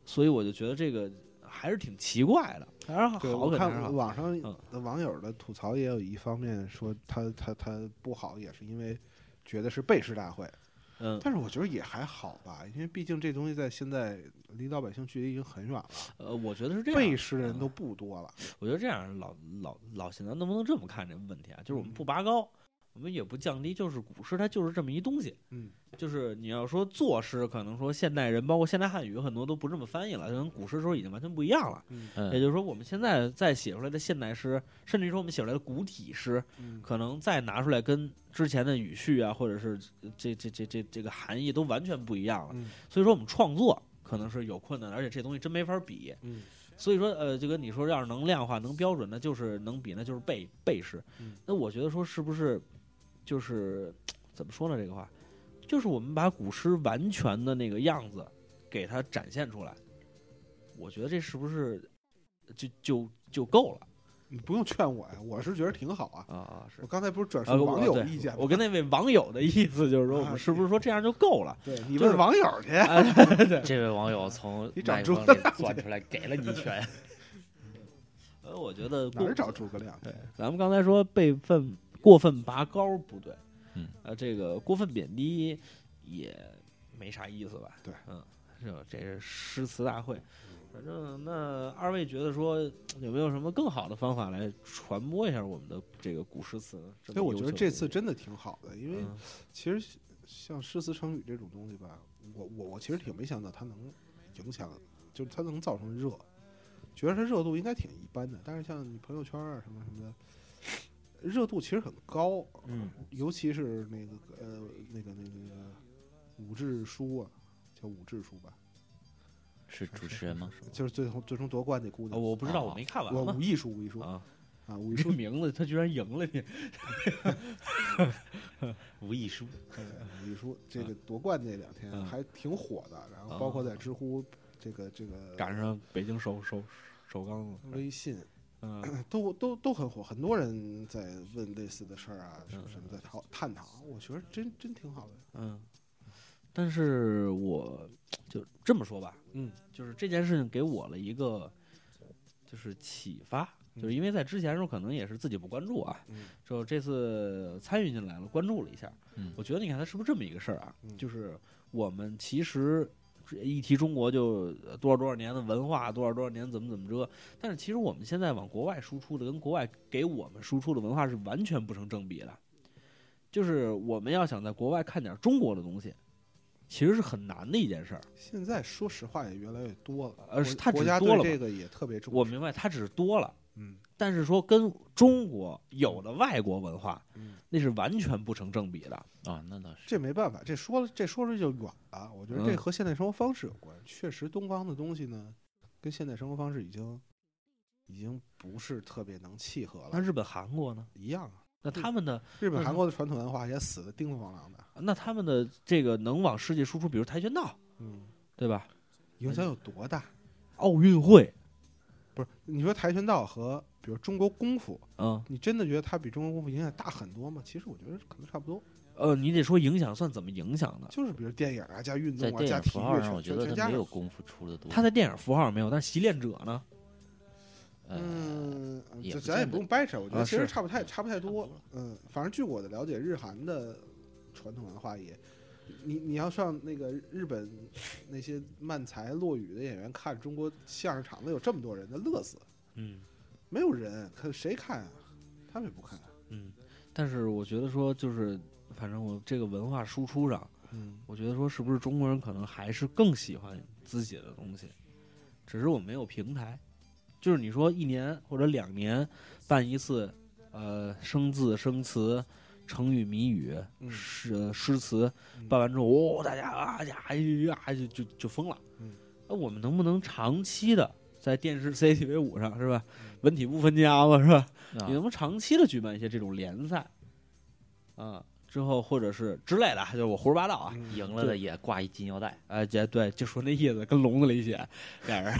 Speaker 2: 所以我就觉得这个还是挺奇怪的。当然
Speaker 4: 对，
Speaker 2: 啊好
Speaker 4: 我
Speaker 2: 肯定
Speaker 4: 看
Speaker 2: 是嗯好，
Speaker 4: 网上的网友的吐槽也有一方面说他他他不好，也是因为觉得是背诗大会，
Speaker 2: 嗯，
Speaker 4: 但是我觉得也还好吧，因为毕竟这东西在现在离老百姓距离已经很远了，
Speaker 2: 呃，我觉得是这嗯样。
Speaker 4: 背诗的人都不多了。
Speaker 2: 我觉得这样，老老老现在能不能这么看这个问题啊？就是我们不拔高我们也不降低，就是古诗它就是这么一东西。
Speaker 4: 嗯，
Speaker 2: 就是你要说作诗，可能说现代人包括现代汉语很多都不这么翻译了，就跟古诗时候已经完全不一样了。也
Speaker 3: 嗯，
Speaker 2: 就是说，我们现在再写出来的现代诗，甚至于说我们写出来的古体诗，
Speaker 4: 嗯
Speaker 2: 可能再拿出来跟之前的语序啊，或者是这这这这这个含义都完全不一样了。
Speaker 4: 嗯
Speaker 2: 所以说，我们创作可能是有困难的，而且这东西真没法比。
Speaker 4: 嗯
Speaker 2: 所以说，呃，就跟你说，要是能量化、能标准，那就是能比，那就是背背诗。
Speaker 4: 嗯
Speaker 2: 那我觉得说是不是就是怎么说呢？这个话，就是我们把古诗完全的那个样子给它展现出来，我觉得这是不是就就就够了
Speaker 4: 你不用劝我呀，我是觉得挺好啊。
Speaker 2: 啊？啊是
Speaker 4: 我。刚才不是转
Speaker 2: 啊，我
Speaker 4: 述网友
Speaker 2: 对
Speaker 4: 意见吗？
Speaker 2: 我跟那位网友的意思就是说，我
Speaker 4: 啊
Speaker 2: 们是不是说这样就够了？
Speaker 4: 对你
Speaker 2: 就是
Speaker 4: 问网友去，
Speaker 2: 啊，对，
Speaker 3: 这位网友从
Speaker 4: 你找
Speaker 3: 麦克
Speaker 4: 猪
Speaker 3: 风里钻 出来，给了你一拳。
Speaker 2: 呃，我觉得
Speaker 4: 哪
Speaker 2: 过
Speaker 4: 儿找诸葛亮去？
Speaker 2: 咱们刚才说辈分过分拔高不对，
Speaker 3: 嗯，
Speaker 2: 呃，这个过分贬低也没啥意思吧？
Speaker 4: 对，
Speaker 2: 嗯，这这是诗词大会，反正那二位觉得说有没有什么更好的方法来传播一下我们的这个古诗词呢？这么
Speaker 4: 所以我
Speaker 2: 优
Speaker 4: 觉得
Speaker 2: 秀
Speaker 4: 这
Speaker 2: 的
Speaker 4: 次
Speaker 2: 东西
Speaker 4: 真的挺好的，因为
Speaker 2: 嗯
Speaker 4: 其实像诗词成语这种东西吧，我我我其实挺没想到它能影响，就是它能造成热，觉得它热度应该挺一般的。但是像你朋友圈啊什么什么的，热度其实很高，
Speaker 2: 嗯，
Speaker 4: 尤其是那个呃那个那个那个武志书啊，叫武志书吧，
Speaker 3: 是主持人吗？
Speaker 4: 就是最后最终夺冠那姑
Speaker 2: 啊
Speaker 4: 娘，
Speaker 2: 我不知道，
Speaker 3: 啊
Speaker 2: 我没看完
Speaker 4: 我
Speaker 2: 嘛
Speaker 4: 武艺书武艺书
Speaker 2: 啊，
Speaker 4: 啊武艺
Speaker 2: 你这
Speaker 4: 书
Speaker 2: 名字他居然赢 了你，
Speaker 3: 无意书。
Speaker 4: 对，你说这个夺冠那两天
Speaker 2: 嗯哦
Speaker 4: 还挺火的，然后包括在知乎这个这个
Speaker 2: 赶上北京首首首钢了，
Speaker 4: 微信
Speaker 2: 嗯，
Speaker 4: 都都都很火，很多人在问类似的事儿啊，什么什么在讨探讨，我觉得真真挺好的。
Speaker 2: 嗯，但是我就这么说吧，
Speaker 4: 嗯，
Speaker 2: 就是这件事情给我了一个就是启发，就是因为在之前的时候可能也是自己不关注啊，
Speaker 4: 嗯
Speaker 2: 就这次参与进来了，关注了一下，
Speaker 3: 嗯
Speaker 2: 我觉得你看它是不是这么一个事儿啊？
Speaker 4: 嗯
Speaker 2: 就是我们其实。一提中国就呃多少多少年的文化，多少多少年怎么怎么着，但是其实我们现在往国外输出的跟国外给我们输出的文化是完全不成正比的。就是我们要想在国外看点中国的东西，其实是很难的一件事儿。
Speaker 4: 现在说实话也越来越多了，
Speaker 2: 呃
Speaker 4: 国
Speaker 2: 是它只
Speaker 4: 国家
Speaker 2: 多
Speaker 4: 对
Speaker 2: 了
Speaker 4: 这个也特别重视。
Speaker 2: 我明白，它只是多了，
Speaker 4: 嗯
Speaker 2: 但是说跟中国有的外国文化，
Speaker 4: 嗯，
Speaker 2: 那是完全不成正比的。
Speaker 3: 啊，那倒是。
Speaker 4: 这没办法，这说了这说了就远了。我觉得这
Speaker 2: 嗯
Speaker 4: 和现代生活方式有关，确实东方的东西呢，跟现代生活方式已经已经不是特别能契合
Speaker 2: 那
Speaker 4: 了，
Speaker 2: 日本、韩国呢？
Speaker 4: 一样啊。
Speaker 2: 那他们的
Speaker 4: 日本、
Speaker 2: 嗯
Speaker 4: 韩国的传统文化也死的叮叮咣啷的，
Speaker 2: 那他们的这个能往世界输出，比如跆拳道，
Speaker 4: 嗯，
Speaker 2: 对吧？
Speaker 4: 影响有多大？
Speaker 2: 奥运会，
Speaker 4: 不是，你说跆拳道和比如中国功夫，
Speaker 2: 嗯
Speaker 4: 你真的觉得它比中国功夫影响大很多吗？其实我觉得可能差不多，
Speaker 2: 呃，你得说影响算怎么影响呢？
Speaker 4: 就是比如电影啊加运
Speaker 3: 在
Speaker 4: 动啊
Speaker 3: 电
Speaker 4: 加
Speaker 3: 影
Speaker 4: 体
Speaker 3: 符号
Speaker 4: 育，
Speaker 3: 上，
Speaker 4: 全
Speaker 3: 我觉
Speaker 4: 全
Speaker 3: 得
Speaker 4: 全
Speaker 3: 他
Speaker 4: 加
Speaker 3: 没有
Speaker 4: 上。
Speaker 3: 功夫出的多。
Speaker 2: 他在电影符号没有，但是习练者呢？
Speaker 3: 呃，
Speaker 4: 嗯，
Speaker 3: 也
Speaker 4: 这
Speaker 3: 不
Speaker 4: 咱也
Speaker 3: 见
Speaker 4: 不
Speaker 3: 得
Speaker 4: 用掰扯，我觉
Speaker 2: 啊
Speaker 4: 得其实
Speaker 2: 是
Speaker 4: 差不太差不太
Speaker 3: 差
Speaker 4: 多
Speaker 3: 不多。
Speaker 4: 嗯，反正据我的了解，日韩的传统文化也，你你要上那个日本那些漫才落语的演员看中国相声场子，有这么多人，那乐死，
Speaker 2: 嗯
Speaker 4: 没有人看谁看啊？他们也不看、啊。
Speaker 2: 嗯，但是我觉得说就是，反正我这个文化输出上。
Speaker 4: 嗯，
Speaker 2: 我觉得说是不是中国人可能还是更喜欢自己的东西，只是我们没有平台。就是你说一年或者两年办一次，呃，生字、生词、成语、谜语、
Speaker 4: 嗯
Speaker 2: 诗诗词，
Speaker 4: 嗯
Speaker 2: 办完之后，哦，大家啊呀哎呀就就就疯了。
Speaker 4: 嗯，
Speaker 2: 那我们能不能长期的在电视 CCTV 五上是吧？
Speaker 4: 嗯
Speaker 2: 文体不分家嘛是吧？
Speaker 3: 啊
Speaker 2: 你能不能长期的举办一些这种联赛？啊，之后或者是之类的，就是我胡说八道啊。
Speaker 4: 嗯
Speaker 3: 赢了的也挂一金腰带。
Speaker 2: 哎，姐，对，就说那意思，跟笼子里写，俩人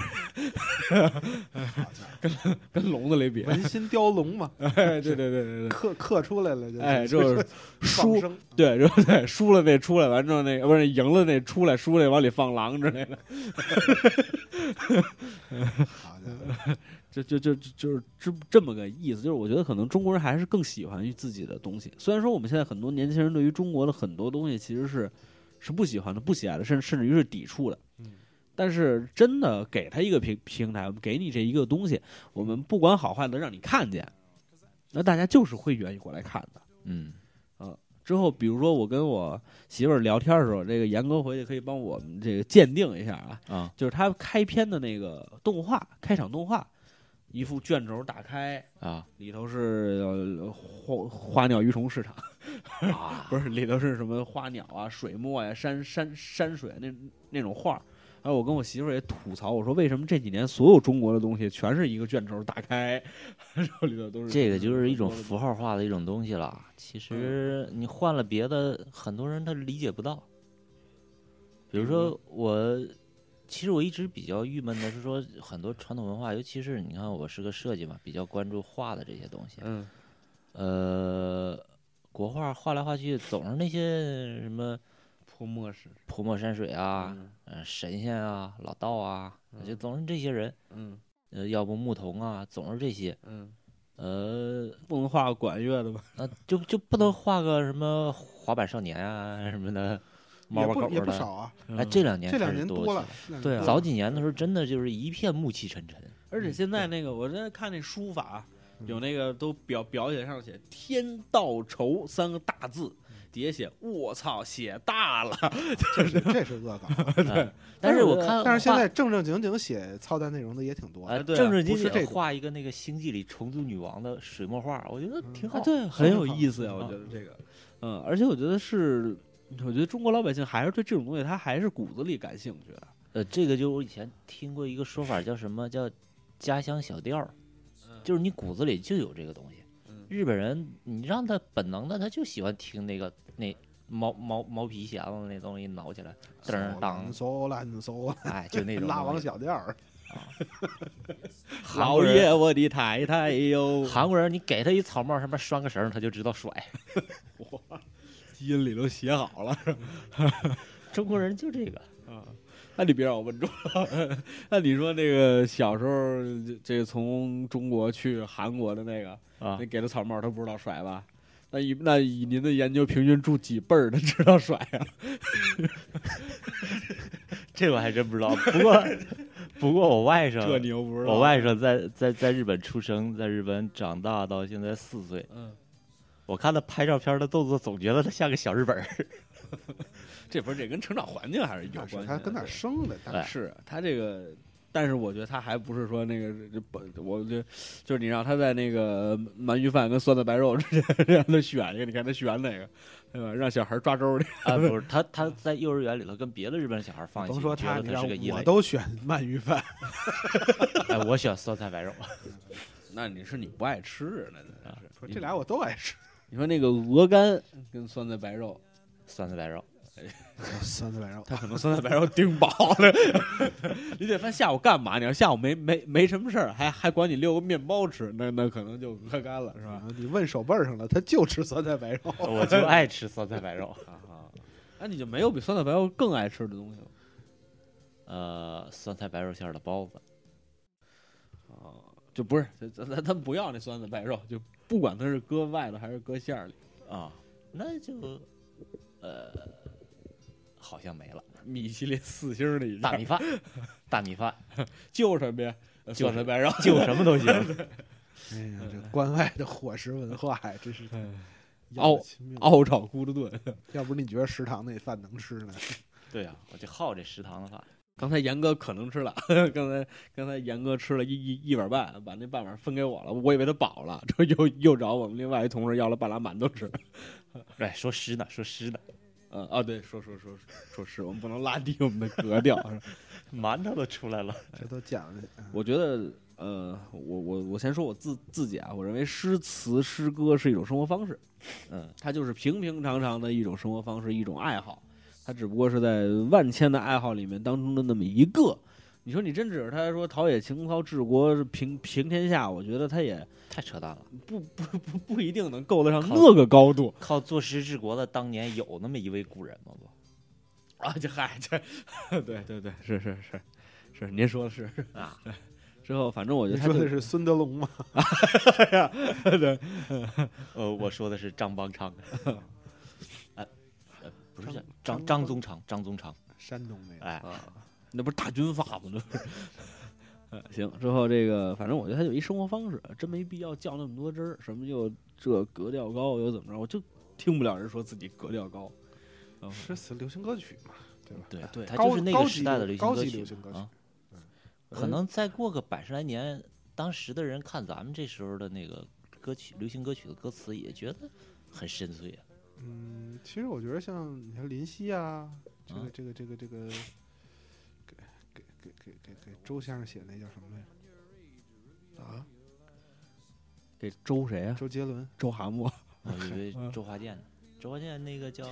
Speaker 4: 好家伙！
Speaker 2: 跟笼子里比，
Speaker 4: 文心雕龙嘛，
Speaker 2: 哎，对对对对对，
Speaker 4: 刻刻出来了，就是
Speaker 2: 哎，就是
Speaker 4: 放
Speaker 2: 输，
Speaker 4: 生，
Speaker 2: 对，然后对，输了那出来，完之后那不是赢了那出来，输了那往里放狼之类的，
Speaker 4: 好家
Speaker 2: 嗯
Speaker 4: 伙，
Speaker 2: 就就就就就是这这么个意思，就是我觉得可能中国人还是更喜欢于自己的东西，虽然说我们现在很多年轻人对于中国的很多东西其实是是不喜欢的、不喜爱的，甚甚至于是抵触的，
Speaker 4: 嗯。
Speaker 2: 但是真的给他一个平平台，我们给你这一个东西，我们不管好坏，能让你看见，那大家就是会愿意过来看的。
Speaker 3: 嗯，
Speaker 2: 之后，比如说我跟我媳妇儿聊天的时候，这个严哥回去可以帮我们这个鉴定一下啊，
Speaker 3: 啊，
Speaker 2: 就是他开篇的那个动画开场动画，一副卷轴打开，
Speaker 3: 啊
Speaker 2: 里头是呃花花鸟鱼虫市场，
Speaker 3: 啊
Speaker 2: 不是里头是什么花鸟啊、水墨呀、山山山水啊那那种画儿。然后我跟我媳妇儿也吐槽，我说为什么这几年所有中国的东西全是一个卷轴打开， 然后里头都是
Speaker 3: 这个就是一种
Speaker 2: 中国的
Speaker 3: 符号化的一种东西了。其实你换了别的，很多人他理解不到。比如说我，其实我一直比较郁闷的是说，很多传统文化，尤其是你看我是个设计嘛，比较关注画的这些东西。
Speaker 2: 嗯
Speaker 3: 呃，国画画来画去总是那些什么
Speaker 2: 泼墨式
Speaker 3: 泼墨山水啊，
Speaker 2: 嗯
Speaker 3: 呃神仙啊，老道啊，就总是这些人。
Speaker 2: 嗯
Speaker 3: 呃，要不牧童啊，总是这些。
Speaker 2: 嗯，
Speaker 3: 呃，
Speaker 2: 不能画个管乐的吧？
Speaker 3: 那就就不能画个什么滑板少年啊什么的，猫
Speaker 4: 也
Speaker 3: 猫狗
Speaker 4: 不也
Speaker 3: 狗
Speaker 4: 不
Speaker 3: 的。
Speaker 4: 少啊，
Speaker 3: 哎，这两年
Speaker 4: 这两
Speaker 3: 开始
Speaker 4: 年
Speaker 3: 多
Speaker 4: 多了
Speaker 3: 起
Speaker 4: 这两年
Speaker 3: 来。，
Speaker 2: 对啊
Speaker 4: 多了
Speaker 3: 早几年的时候，真的就是一片暮 气沉沉。
Speaker 2: 而且现在那个，我在看那书法，有那个都表表写上写“天道酬”三个大字，底下写“我操”，写大了。
Speaker 4: 这 是这是恶搞，
Speaker 3: 对，啊但是我看，
Speaker 4: 但是现在正正经经写操蛋内容的也挺多
Speaker 3: 啊，
Speaker 4: 的，
Speaker 2: 哎对啊
Speaker 3: 正正
Speaker 4: 不
Speaker 3: 经
Speaker 4: 是
Speaker 3: 经
Speaker 4: 这种
Speaker 3: 画一个那个《星际》里虫族女王的水墨画，我觉得 挺
Speaker 4: 哦
Speaker 3: 好。
Speaker 2: 啊，对，很有意思呀，
Speaker 3: 很
Speaker 2: 我
Speaker 3: 好
Speaker 2: 觉得这个，嗯，而且我觉得是，我觉得中国老百姓还是对这种东西，他还是骨子里感兴趣的。
Speaker 3: 呃，这个就我以前听过一个说法，叫什么叫家乡小调儿，
Speaker 2: 嗯
Speaker 3: 就是你骨子里就有这个东西。日本人，你让他本能的，他就喜欢听那个那毛毛毛皮弦子那东西挠起来，噔儿当，
Speaker 4: 搜烂搜，
Speaker 3: 哎，就那种
Speaker 4: 拉
Speaker 3: 东
Speaker 4: 网
Speaker 3: 西
Speaker 4: 小调儿，
Speaker 3: 韩
Speaker 2: 老
Speaker 3: 国人，
Speaker 2: 爷，我的太太哟，
Speaker 3: 韩国人，你给他一草帽，上面拴个绳儿，他就知道甩。
Speaker 2: 基因里都写好了。
Speaker 3: 中国人就这个，
Speaker 2: 那你别让我问住了。 那你说那个小时候，这个从中国去韩国的那个，
Speaker 3: 啊
Speaker 2: 那给他草帽，他不知道甩吧？那以那以您的研究，平均住几辈儿他知道甩啊？
Speaker 3: 这我还真不知道。不过， 不过我外甥，
Speaker 2: 这你又不知道？
Speaker 3: 我外甥在在在日本出生，在日本长大到现在四岁。
Speaker 2: 嗯，
Speaker 3: 我看他拍照片的动作，总觉得他像个小日本儿。
Speaker 2: 这不是这跟成长环境还是有
Speaker 4: 那
Speaker 2: 关系
Speaker 4: 是
Speaker 2: 的。
Speaker 4: 他跟哪儿生的？
Speaker 3: 哎
Speaker 2: 是他这个，但是我觉得他还不是说那个这不，我就就是你让他在那个鳗鱼饭跟酸菜白肉 之间让他选一个，你看他选哪个，对吧？让小孩抓周儿去，
Speaker 3: 啊，不是他，他在幼儿园里头跟别的日本小孩放一起，
Speaker 4: 甭说
Speaker 3: 觉得
Speaker 4: 你
Speaker 3: 他
Speaker 4: 让
Speaker 3: 是个异
Speaker 4: 我
Speaker 3: 类。
Speaker 4: 都选 鳗鱼饭，
Speaker 3: 哎，我选酸菜白肉。
Speaker 2: 那你是你不爱吃，啊那那是
Speaker 4: 说这俩我都爱 吃，
Speaker 2: 你说那个鹅肝跟酸菜白肉，
Speaker 3: 酸菜白肉，
Speaker 4: 酸 菜白肉，
Speaker 2: 他可能酸菜白肉顶饱了， 你得看下午干嘛？你要下午没没没什么事儿，还还管你溜个面包吃，那那可能就鹅肝了，是吧？
Speaker 4: 啊你问手背上了，他就吃酸菜白 肉，
Speaker 3: 我就爱吃酸菜白肉。
Speaker 2: 啊，那你就没有比酸菜白肉更爱吃的东西了。
Speaker 3: 呃，酸菜白肉馅儿的包子，
Speaker 2: 哦，就不是，咱咱咱不要那酸菜白肉，就不管它是搁外头还是搁馅儿里，
Speaker 3: 啊， 那就呃，好像没了。
Speaker 2: 米其林四星儿的已
Speaker 3: 大
Speaker 2: 经
Speaker 3: 米饭，大米饭，
Speaker 2: 就什么呀？
Speaker 3: 就
Speaker 2: 酸
Speaker 3: 是
Speaker 2: 菜白肉，
Speaker 3: 就什么都行。
Speaker 4: 哎呀，这关外的伙食文化呀，真是
Speaker 2: 哦
Speaker 4: 要不亲命
Speaker 2: 熬炒咕噜炖。
Speaker 4: 要不你觉得食堂那饭能吃呢？
Speaker 3: 对呀、我就好这食堂的饭。
Speaker 2: 刚才严哥可能吃了， 刚才刚才严哥吃了一一一碗半，把那半碗分给我了，我以为他饱了， 这又又找我们另外一同事要了半拉馒头吃。
Speaker 3: 哎，说湿呢，说湿呢，
Speaker 2: 嗯，哦，对，说说说说是我们不能拉低我们的格调。是吧
Speaker 3: 馒头都出来了。
Speaker 4: 这都讲究，嗯
Speaker 2: 我觉得，呃，我我我先说我自自己啊，我认为诗词诗歌是一种生活方式，
Speaker 3: 嗯，
Speaker 2: 它就是平平常常的一种生活方式，一种爱好，它只不过是在万千的爱好里面当中的那么一个。你说你真指着他说陶冶情操治国平平天下，我觉得他也
Speaker 3: 太扯淡了。
Speaker 2: 不不不不一定能够得上
Speaker 3: 靠
Speaker 2: 那个高度
Speaker 3: 靠作诗治国的当年有那么一位古人吗？不
Speaker 2: 啊！这嗨这，对对对，是是是是，您说的是
Speaker 3: 啊。
Speaker 2: 之后反正我觉
Speaker 4: 你
Speaker 2: 得他
Speaker 4: 说
Speaker 2: 对
Speaker 4: 的是孙德龙 吗？
Speaker 3: 呃，我说的是张邦昌。哎，呃不是
Speaker 4: 张张嗯
Speaker 3: 张张
Speaker 4: 邦
Speaker 3: 宗昌，张宗昌。
Speaker 4: 山东那个，
Speaker 3: 哎，
Speaker 2: 啊那不是大军阀吗？这不是。呃行，之后这个，反正我觉得他有一生活方式，真没必要较那么多真儿，什么又这格调高又怎么着，我就听不了人说自己格调高。嗯
Speaker 4: 诗词流行歌曲嘛，啊对吧？
Speaker 3: 对
Speaker 2: 对
Speaker 3: 它
Speaker 4: 高
Speaker 3: 就是那
Speaker 4: 高
Speaker 3: 个
Speaker 4: 级
Speaker 3: 时代的
Speaker 4: 流
Speaker 3: 流
Speaker 4: 高
Speaker 3: 歌
Speaker 4: 级
Speaker 3: 曲
Speaker 4: 流行歌曲
Speaker 3: 啊
Speaker 4: 嗯。
Speaker 3: 可能再过个百十来年，当时的人看咱们这时候的那个歌曲、流行歌曲的歌词，也觉得很深邃啊。
Speaker 4: 嗯，其实我觉得像你看林夕啊，这个
Speaker 3: 啊
Speaker 4: 这个这个这个，给给给给给给周先生写那叫什么来着？
Speaker 6: 啊，
Speaker 2: 给周谁啊？
Speaker 4: 周杰伦？
Speaker 2: 周蛤蟆、
Speaker 3: 我以
Speaker 2: 嗯
Speaker 3: 为周华健呢，周华健那个叫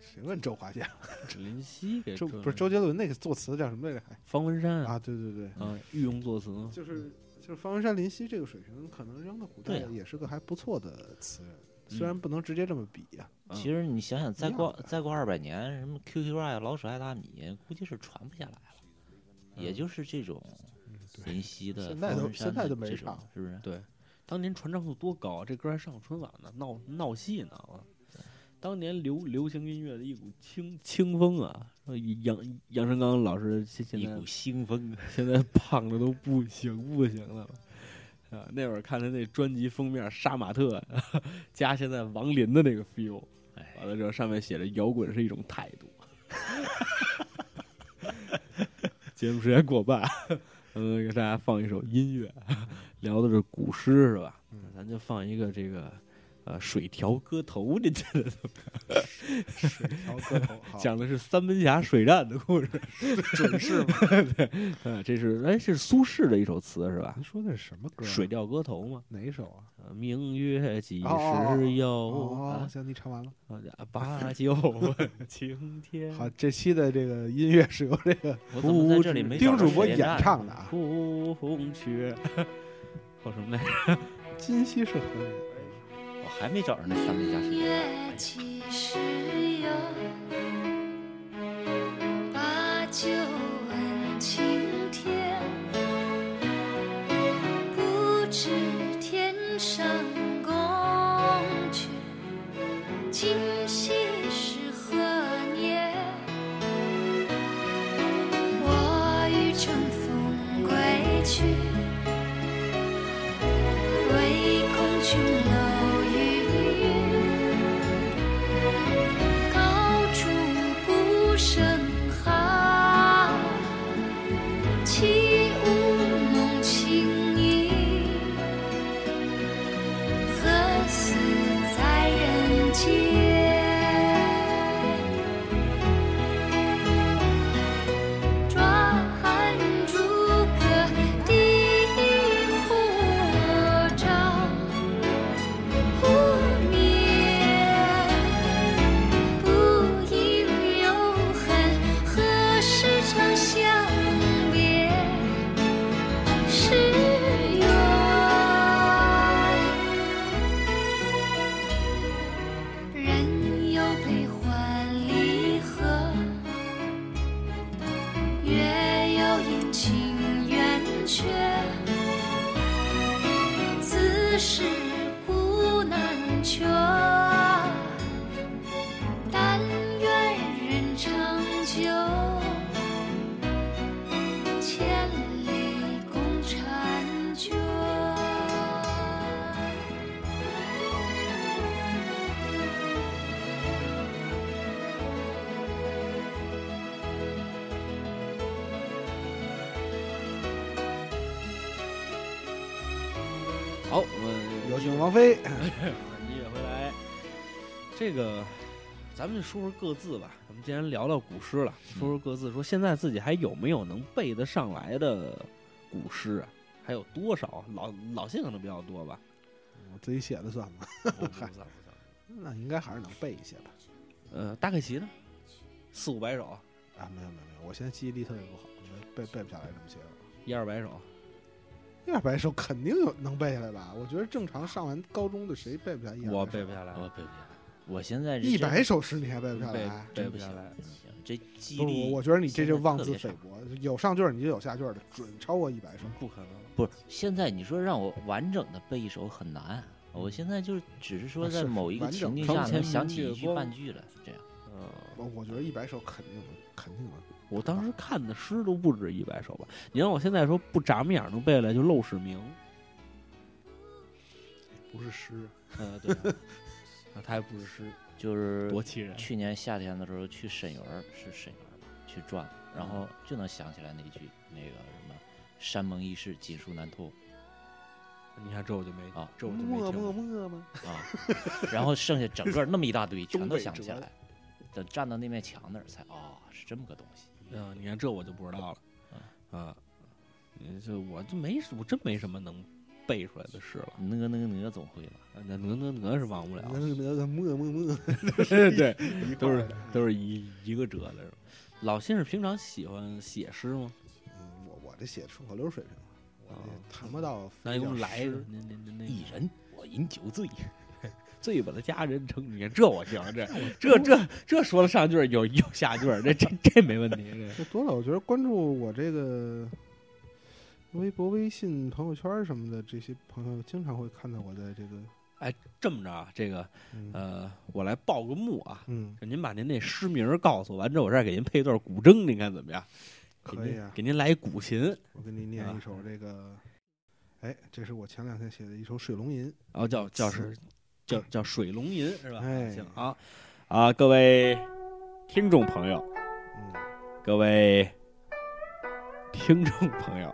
Speaker 4: 谁问周华健？
Speaker 2: 林夕给
Speaker 4: 周不是周杰伦那个作词叫什么来着？还
Speaker 2: 方文山啊，
Speaker 4: 啊，对对对，
Speaker 2: 啊御用作词
Speaker 4: 就是就是方文山、林夕这个水平，可能扔到古代
Speaker 3: 对啊
Speaker 4: 也是个还不错的词人，
Speaker 2: 嗯
Speaker 4: 虽然不能直接这么比啊 呀、
Speaker 2: 嗯
Speaker 3: 其实你想想，再
Speaker 4: 一
Speaker 3: 过
Speaker 4: 样的
Speaker 3: 再过二百年，什么 QQ 爱、老鼠爱大米，估计是传不下来了。也就是这种林夕
Speaker 4: 嗯
Speaker 3: 的
Speaker 4: 现在都
Speaker 3: 方文山
Speaker 4: 现在
Speaker 3: 的
Speaker 4: 都没
Speaker 3: 这
Speaker 4: 唱
Speaker 3: 种，是不是？
Speaker 2: 对，当年传唱度多高，啊这歌还上春晚呢，闹闹戏呢。我当年流流行音乐的一股清清风啊，说杨杨成刚老师现现
Speaker 3: 一
Speaker 2: 在
Speaker 3: 股 腥风，
Speaker 2: 现在胖的都不行不行了。啊，那会儿看他那专辑封面杀马特， 加现在王林的那个 feel，
Speaker 3: 哎
Speaker 2: 完了之后上面写着“摇滚是一种态度”。 节目时间过半，嗯，给大家放一首音乐，聊的是古诗是吧？
Speaker 4: 嗯
Speaker 2: 咱就放一个这个呃《水调歌头》，这这
Speaker 4: 水调歌头，好，
Speaker 2: 讲的是三门峡水战的故事，
Speaker 4: 准是 吗？
Speaker 2: 嗯，这是哎，这是苏轼的一首词是吧
Speaker 4: 您？说的是什么歌、
Speaker 2: 《
Speaker 4: 啊？
Speaker 2: 水调歌头》嘛。
Speaker 4: 哪一首啊？
Speaker 2: 呃明月几
Speaker 4: 哦哦
Speaker 2: 时有？
Speaker 4: 哦，我
Speaker 2: 啊
Speaker 4: 想你唱完了。
Speaker 2: 好家伙把酒问青天。
Speaker 4: 好，这期的这个音乐是由这个
Speaker 3: 我怎么在这里没
Speaker 4: 丁
Speaker 3: 找着
Speaker 4: 主播
Speaker 3: 水
Speaker 4: 演
Speaker 3: 电站呢
Speaker 4: 唱的啊。
Speaker 2: 不红雀。 叫什么来着？
Speaker 4: 今夕是何年？
Speaker 3: 我还没找着那三杯加水电站。
Speaker 7: 明月几时有？把酒问青天。不知天上宫阙，今夕是何年？我欲乘风归去。唯恐琼楼玉宇，高处不胜寒。起舞弄清影，何似在人间？抓住个地火着不灭，不应有恨，何时长相别？是缘。人有悲欢离合。月有阴晴圆缺，此事古难全。但愿人长久，千里共婵娟。
Speaker 2: 好，我
Speaker 4: 有请王菲。
Speaker 2: 音乐回来。这个，咱们就说说各自吧。咱们既然聊到古诗了，说说各自，说现在自己还有没有能背得上来的古诗啊？还有多少？老老谢可能比较多吧。
Speaker 4: 我自己写的算吗？
Speaker 2: 不不算
Speaker 4: 那应该还是能背一些吧。
Speaker 2: 呃，大概齐呢？四五百首，
Speaker 4: 啊，没有没有没有，我现在记忆力特别不好，我背背不下来这么些了。
Speaker 2: 一二百首。
Speaker 4: 一二百首肯定有能背下来吧？我觉得正常上完高中的谁背不下一
Speaker 2: 啊我
Speaker 4: 二
Speaker 2: 背
Speaker 4: 百
Speaker 2: 不
Speaker 4: 首？
Speaker 2: 下来，
Speaker 3: 我背不下来，我现在是
Speaker 4: 一
Speaker 3: 真
Speaker 4: 百首诗你还背不下
Speaker 2: 背
Speaker 4: 来？
Speaker 2: 背
Speaker 3: 真
Speaker 2: 不
Speaker 3: 不
Speaker 2: 下
Speaker 3: 行
Speaker 2: 来。
Speaker 3: 不行，这记忆
Speaker 4: 不是我，
Speaker 3: 力
Speaker 4: 我觉得你这就
Speaker 3: 现在
Speaker 4: 妄
Speaker 3: 特
Speaker 4: 自
Speaker 3: 别
Speaker 4: 菲
Speaker 3: 差
Speaker 4: 薄，有上句儿你就有下句儿的，准超过一百首。
Speaker 2: 不可能，
Speaker 3: 不是现在你说让我完整的背一首很难，我现在就只是
Speaker 4: 嗯
Speaker 3: 说
Speaker 4: 啊
Speaker 3: 在
Speaker 4: 是
Speaker 3: 某一个
Speaker 4: 完整
Speaker 3: 情境
Speaker 2: 床
Speaker 3: 下
Speaker 2: 前
Speaker 3: 能想
Speaker 2: 明
Speaker 3: 起
Speaker 2: 月
Speaker 3: 一句
Speaker 2: 光
Speaker 3: 半句来，这样。
Speaker 2: 嗯，
Speaker 4: 我我觉得一百首肯定能，肯定能。
Speaker 2: 我当时看的诗都不止一百首吧。你让我现在说不眨眼儿能背下来就 陋室铭，
Speaker 4: 不是诗，
Speaker 2: 嗯呃，对啊、啊，他还不是 诗，
Speaker 3: 就是
Speaker 2: 多气人！
Speaker 3: 去年夏天的时候去沈园儿，是沈园儿吧去转，
Speaker 4: 嗯
Speaker 3: 然后就能想起来那句那个什么“山盟易逝，锦书难托
Speaker 2: 你看这我就没
Speaker 3: 啊
Speaker 2: 这我就没听过。
Speaker 4: 默吗？”
Speaker 3: 啊， 然后剩下整个那么一大堆全
Speaker 4: 东
Speaker 3: 都
Speaker 4: 北
Speaker 3: 想不起
Speaker 4: 折
Speaker 3: 来，等站到那面墙那儿才哦，是这么个东西。
Speaker 2: 嗯，你看这我就不知道
Speaker 4: 嗯
Speaker 2: 了啊。你这我就没，我真没什么能背出来的诗了。
Speaker 3: 哪哪哪总会了，
Speaker 2: 啊那哪哪哪是忘不了
Speaker 4: 那，那个 默默默，
Speaker 2: 对，
Speaker 4: 一
Speaker 2: 都
Speaker 4: 块
Speaker 2: 是
Speaker 4: 儿的
Speaker 2: 都是一一个折的。老先生平常喜欢写诗吗？
Speaker 4: 嗯我我这写顺口溜水平，我
Speaker 2: 啊
Speaker 4: 这谈不到
Speaker 2: 那
Speaker 4: 非
Speaker 2: 给我
Speaker 4: 叫
Speaker 2: 们来一个
Speaker 4: 诗，，
Speaker 2: 那那那那
Speaker 3: 一人我饮酒醉，
Speaker 2: 醉把他家人成你看这我行，啊 这这这这说了上句儿有有下句儿，这这这没问题。这
Speaker 4: 这多了。我觉得关注我这个微博、微信朋友圈什么的，这些朋友经常会看到我在这个
Speaker 2: 这么着啊，这个
Speaker 4: 嗯
Speaker 2: 呃，我来报个幕啊，
Speaker 4: 嗯，
Speaker 2: 就您把您那诗名儿告诉我，完之后我这儿给您配一段古筝，您看怎么样？给
Speaker 4: 可以
Speaker 2: 您
Speaker 4: 啊。
Speaker 2: 给您来一古琴，
Speaker 4: 我给你念一首这个，哎，这是我前两天写的一首《水龙吟》。
Speaker 2: 然后叫叫是叫叫水龙吟是吧？
Speaker 4: 哎
Speaker 2: 行啊啊，各位听众朋友，
Speaker 4: 嗯，
Speaker 2: 各位听众朋友，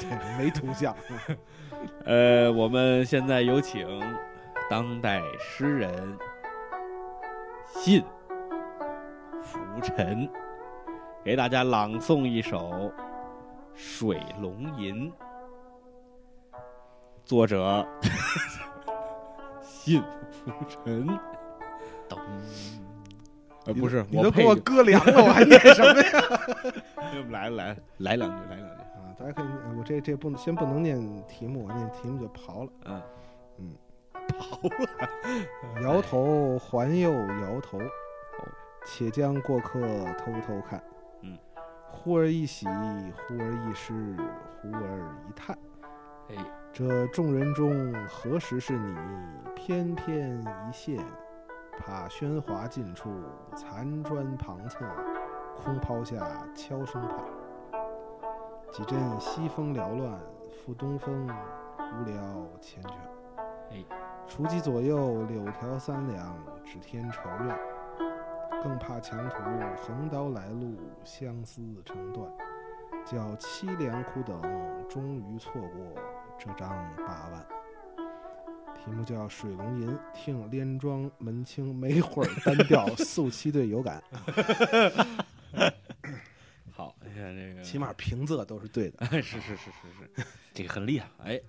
Speaker 4: 对，没图像。
Speaker 2: 呃，我们现在有请当代诗人信浮尘给大家朗诵一首《水龙吟》，作者 信浮尘。
Speaker 3: 噔，
Speaker 2: 呃，
Speaker 4: 你
Speaker 2: 不是，
Speaker 4: 你都给
Speaker 2: 配
Speaker 4: 我
Speaker 2: 个
Speaker 4: 搁凉了，我还念什么呀？
Speaker 2: 来来来两句，来两句。
Speaker 4: 啊，大家可以，我这这不先不能念题目，我念题目就刨了。
Speaker 2: 嗯
Speaker 4: 嗯，
Speaker 2: 刨了。哎哦
Speaker 4: 摇头环又摇头，且将过客偷偷看。
Speaker 2: 嗯，
Speaker 4: 忽而一喜，忽而一失，忽而一叹。
Speaker 2: 哎，
Speaker 4: 这众人中何时是你？翩翩一现，怕喧哗尽处，残砖旁侧，空抛下悄声盼。几阵西风缭乱，复东风，无聊缱绻。
Speaker 2: 哎，
Speaker 4: 除己左右，柳条三两，指天仇怨。更怕强途横刀来路，相思成断。叫凄凉苦等，终于错过这张八万。题目叫《水龙吟》，听连庄门清梅会儿单调，素七对有感，
Speaker 2: 好，你看这个，
Speaker 4: 起码平仄都是对的。
Speaker 2: 是是是是是。
Speaker 3: 这个很厉害。
Speaker 2: 哎，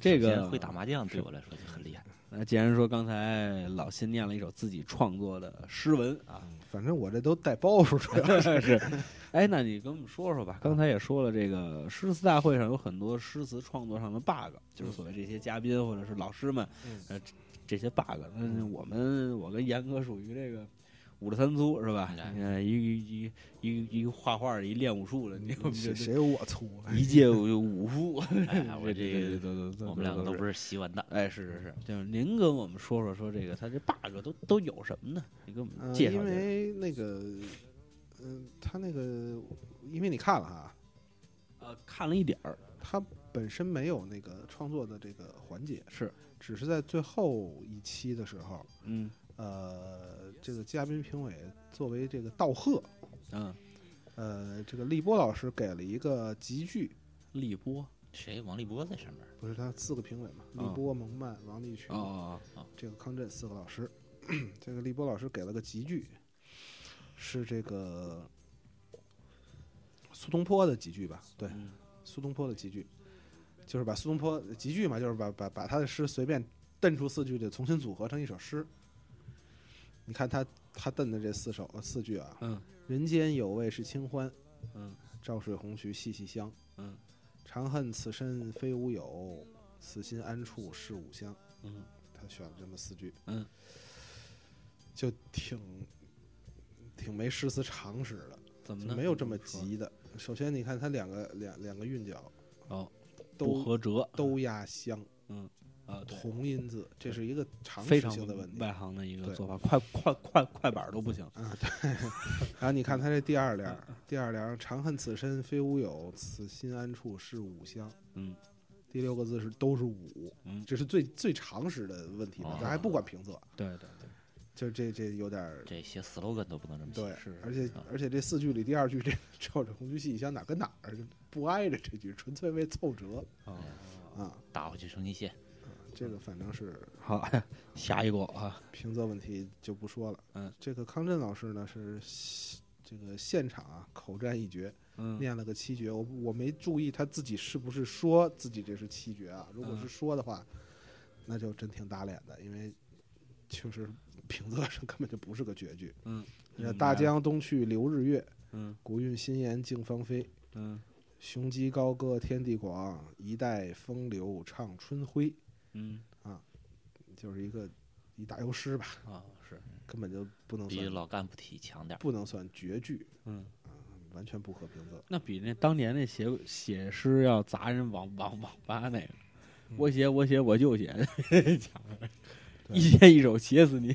Speaker 2: 这
Speaker 3: 首
Speaker 2: 个
Speaker 3: 先会打麻将对我来说就很厉害。
Speaker 2: 那既然说刚才老辛念了一首自己创作的诗文 啊，
Speaker 4: 反正我这都带包袱出来。
Speaker 2: 是，哎，那你跟我们说说吧。刚才也说了，这个诗词大会上有很多诗词创作上的 bug，就是
Speaker 3: 嗯
Speaker 2: 所谓这些嘉宾或者是老师们，呃，这这些 bug。那我们我跟严哥属于这个。五十三粗是吧？
Speaker 3: 哎
Speaker 2: 你看一一一一一个画画的，一练武术的，
Speaker 3: 嗯
Speaker 2: 你我们这
Speaker 4: 谁谁有我粗？啊
Speaker 2: 一介武夫，
Speaker 3: 哎 我这
Speaker 2: 都都都
Speaker 3: 我们两个都不
Speaker 2: 是。
Speaker 3: 是习文的，
Speaker 2: 哎，是是是，就是您跟我们说说说这个，他这 bug 都都有什么呢？你给我们
Speaker 4: 呃
Speaker 2: 介绍介绍。
Speaker 4: 因为那个，嗯、他那个，因为你看了哈，
Speaker 2: 呃，看了一点儿，
Speaker 4: 他本身没有那个创作的这个环节，
Speaker 2: 是，
Speaker 4: 只是在最后一期的时候，
Speaker 2: 嗯
Speaker 4: 呃，这个嘉宾评委作为这个道贺，
Speaker 2: 啊，
Speaker 4: 呃，这个立波老师给了一个集句，
Speaker 2: 立波
Speaker 3: 谁？王立波在上面。
Speaker 4: 不是他四个评委嘛，立
Speaker 2: 啊
Speaker 4: 波、蒙曼、王立群、
Speaker 2: 哦
Speaker 4: 这个康震四个老师， 这个立波老师给了个集句，是这个苏东坡的集句吧？对，
Speaker 2: 嗯
Speaker 4: 苏东坡的集句，就是把苏东坡集句嘛，就是把把把他的诗随便瞪出四句的，重新组合成一首诗。你看他他瞪的这四首呃四句啊，
Speaker 2: 嗯，
Speaker 4: 人间有味是清欢，
Speaker 2: 嗯，
Speaker 4: 照水红渠细细香，
Speaker 2: 嗯，
Speaker 4: 长恨此身非吾有，此心安处是吾乡。
Speaker 2: 嗯，
Speaker 4: 他选了这么四句，
Speaker 2: 嗯，
Speaker 4: 就挺挺没诗词常识的，
Speaker 2: 怎么
Speaker 4: 就
Speaker 2: 呢？
Speaker 4: 没有这么急的。首先，你看他两个两两个韵脚，
Speaker 2: 哦，不
Speaker 4: 都
Speaker 2: 合辙
Speaker 4: 都压香，
Speaker 2: 啊，对
Speaker 4: 同音字，这是一个常
Speaker 2: 非
Speaker 4: 识
Speaker 2: 常
Speaker 4: 性的问题。
Speaker 2: 外行的一个
Speaker 4: 对
Speaker 2: 做法，快快快快板儿都不行。
Speaker 4: 啊，对。然后你看他这第
Speaker 2: 嗯
Speaker 4: 二联儿，第二联儿“长恨此身非吾有，此心安处是吾乡”。
Speaker 2: 嗯，
Speaker 4: 第六个字是都是吾，
Speaker 2: 嗯
Speaker 4: 这是最最常识的问题了，
Speaker 3: 哦
Speaker 4: 咱还不管平仄。
Speaker 2: 对对对，
Speaker 4: 就这这有点儿
Speaker 3: 这些 slogan 都不能这么写。
Speaker 4: 对，
Speaker 2: 是
Speaker 4: 而且
Speaker 3: 啊
Speaker 4: 而且这四句里第二句这照着红军戏想哪跟哪儿不挨着这句，纯粹为凑折
Speaker 2: 啊，
Speaker 4: 啊。
Speaker 3: 打回去生气线，
Speaker 4: 这
Speaker 2: 嗯
Speaker 4: 个反正是
Speaker 2: 好， 下一个啊，
Speaker 4: 评测问题就不说了。
Speaker 2: 嗯，
Speaker 4: 这个康震老师呢是西这个现场啊口占一绝，
Speaker 2: 嗯
Speaker 4: 念了个七绝。我我没注意他自己是不是说自己这是七绝啊？如果是
Speaker 2: 嗯
Speaker 4: 说的话，那就真挺打脸的，因为确实评测上根本就不是个绝句。
Speaker 2: 嗯，
Speaker 4: 呃大江东去流日月，
Speaker 2: 嗯
Speaker 4: 古韵新颜竞芳菲。
Speaker 2: 嗯
Speaker 4: 雄鸡高歌天地广，一代风流唱春晖，
Speaker 2: 嗯
Speaker 4: 就是一个一大优诗吧，
Speaker 2: 啊是，
Speaker 4: 根本就不能
Speaker 3: 比
Speaker 4: 算
Speaker 3: 老干部体强点儿。
Speaker 4: 不能算绝句，啊
Speaker 2: 嗯，
Speaker 4: 完全不合评测。
Speaker 2: 那比那当年那写写诗要砸人网网网吧那个，我写我写我就写，
Speaker 4: 嗯对
Speaker 2: 一天一首写死你，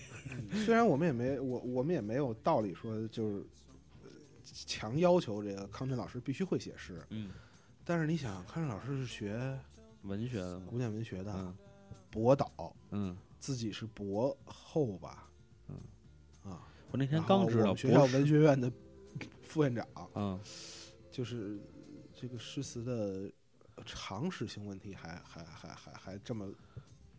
Speaker 4: 虽然我们也没我我们也没有道理说就是呃强要求这个康震老师必须会写诗，
Speaker 2: 嗯，
Speaker 4: 但是你想，康震老师是学
Speaker 2: 文学的嘛，
Speaker 4: 古典文学的
Speaker 2: 嗯，
Speaker 4: 博导
Speaker 2: 嗯，
Speaker 4: 自己是博后吧，
Speaker 2: 嗯
Speaker 4: 啊，
Speaker 2: 我那天
Speaker 4: 然后
Speaker 2: 刚知
Speaker 4: 我
Speaker 2: 道
Speaker 4: 们
Speaker 2: 博
Speaker 4: 学校
Speaker 2: 士
Speaker 4: 文学院的副院长。
Speaker 2: 啊，
Speaker 4: 就是这个诗词的常识性问题还还还还还这么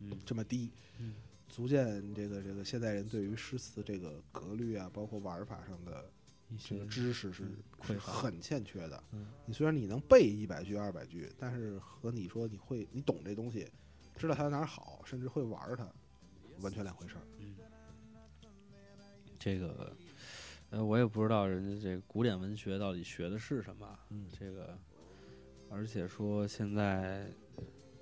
Speaker 2: 嗯
Speaker 4: 这么低，
Speaker 2: 嗯
Speaker 4: 足见这个这个现代人对于诗词这个格律啊，包括玩法上的这个知识是
Speaker 2: 嗯匮
Speaker 4: 是
Speaker 2: 乏
Speaker 4: 很欠缺的
Speaker 2: 嗯。
Speaker 4: 你虽然你能背一百句二百句，但是和你说你会你懂这东西，知道它哪儿好，甚至会玩儿它，完全两回事儿。
Speaker 2: 这个，呃，我也不知道人家这个古典文学到底学的是什么啊。
Speaker 4: 嗯
Speaker 2: 这个，而且说现在，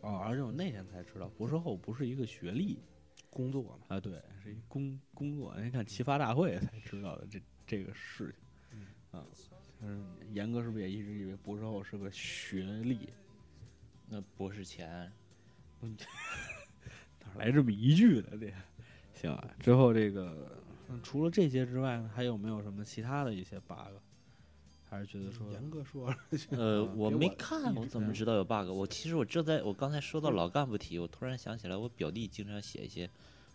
Speaker 2: 哦，而且我那天才知道，博士后不是一个学历
Speaker 4: 工作嘛，
Speaker 2: 啊，对，是一工工作。人家看《奇葩大会》才知道的这这个事情，
Speaker 4: 嗯
Speaker 2: 啊，就是严哥是不是也一直以为博士后是个学历？
Speaker 3: 那博士前
Speaker 2: 哪来这么一句的？这行啊。之后这个、嗯除了这些之外呢，还有没有什么其他的一些 bug？还是觉得说，
Speaker 4: 严格说，
Speaker 3: 呃，
Speaker 4: 啊
Speaker 3: 我
Speaker 4: 给
Speaker 3: 没
Speaker 4: 我
Speaker 3: 看，
Speaker 4: 一
Speaker 3: 我
Speaker 4: 直
Speaker 3: 怎
Speaker 2: 嗯
Speaker 3: 么知道有 bug？我其实我正在我刚才说到
Speaker 4: 嗯
Speaker 3: 老干部体，我突然想起来，我表弟经常写一些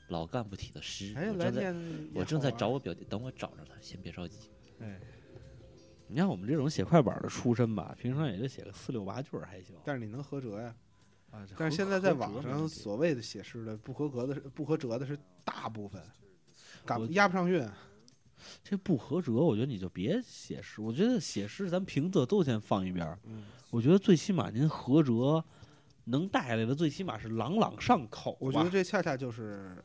Speaker 3: 老干部体的诗。
Speaker 4: 哎，
Speaker 3: 我
Speaker 4: 来
Speaker 3: 正在
Speaker 4: 念啊也
Speaker 3: 我
Speaker 4: 好
Speaker 3: 正在
Speaker 4: 玩儿
Speaker 3: 找我表弟，等我找着他，先别着急。
Speaker 2: 哎，你看我们这种写快板的出身吧，平常也就写个四六八句儿还行。
Speaker 4: 但是你能合辙呀？
Speaker 2: 啊这合
Speaker 4: 但是现在在
Speaker 2: 合辙
Speaker 4: 网
Speaker 2: 没
Speaker 4: 上
Speaker 2: 问题
Speaker 4: 所谓的写诗的不合格的是不合辙的是大部分，赶
Speaker 2: 我
Speaker 4: 压不上韵。
Speaker 2: 这不合辙，我觉得你就别写诗。我觉得写诗咱平仄都先放一边儿。
Speaker 4: 嗯，
Speaker 2: 我觉得最起码您合辙能带来的，最起码是朗朗上口吧。
Speaker 4: 我觉得这恰恰就是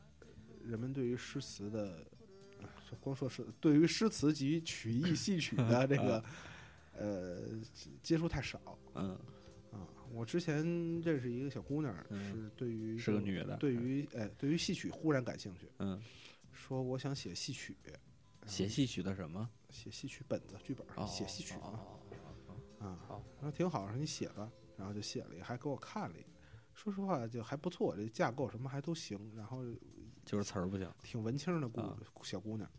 Speaker 4: 人们对于诗词的，啊光说是对于诗词及曲艺戏曲 的这
Speaker 2: 啊
Speaker 4: 个呃接触太少
Speaker 2: 嗯
Speaker 4: 啊。我之前认识一个小姑娘，
Speaker 2: 嗯
Speaker 4: 是对于
Speaker 2: 是个女的
Speaker 4: 对于哎对于戏曲忽然感兴趣，
Speaker 2: 嗯，
Speaker 4: 说我想写戏曲，然后
Speaker 2: 写戏曲的什么？
Speaker 4: 写戏曲本子剧本儿，
Speaker 2: 哦
Speaker 4: 写戏曲嘛。
Speaker 2: 哦
Speaker 4: 啊，
Speaker 2: 好
Speaker 4: 然后挺好，说你写吧，然后就写了一个，还给我看了一个，说实话就还不错，这架构什么还都行，然后
Speaker 2: 就是词儿不行。
Speaker 4: 挺文青儿的姑、
Speaker 2: 啊
Speaker 4: 小姑娘，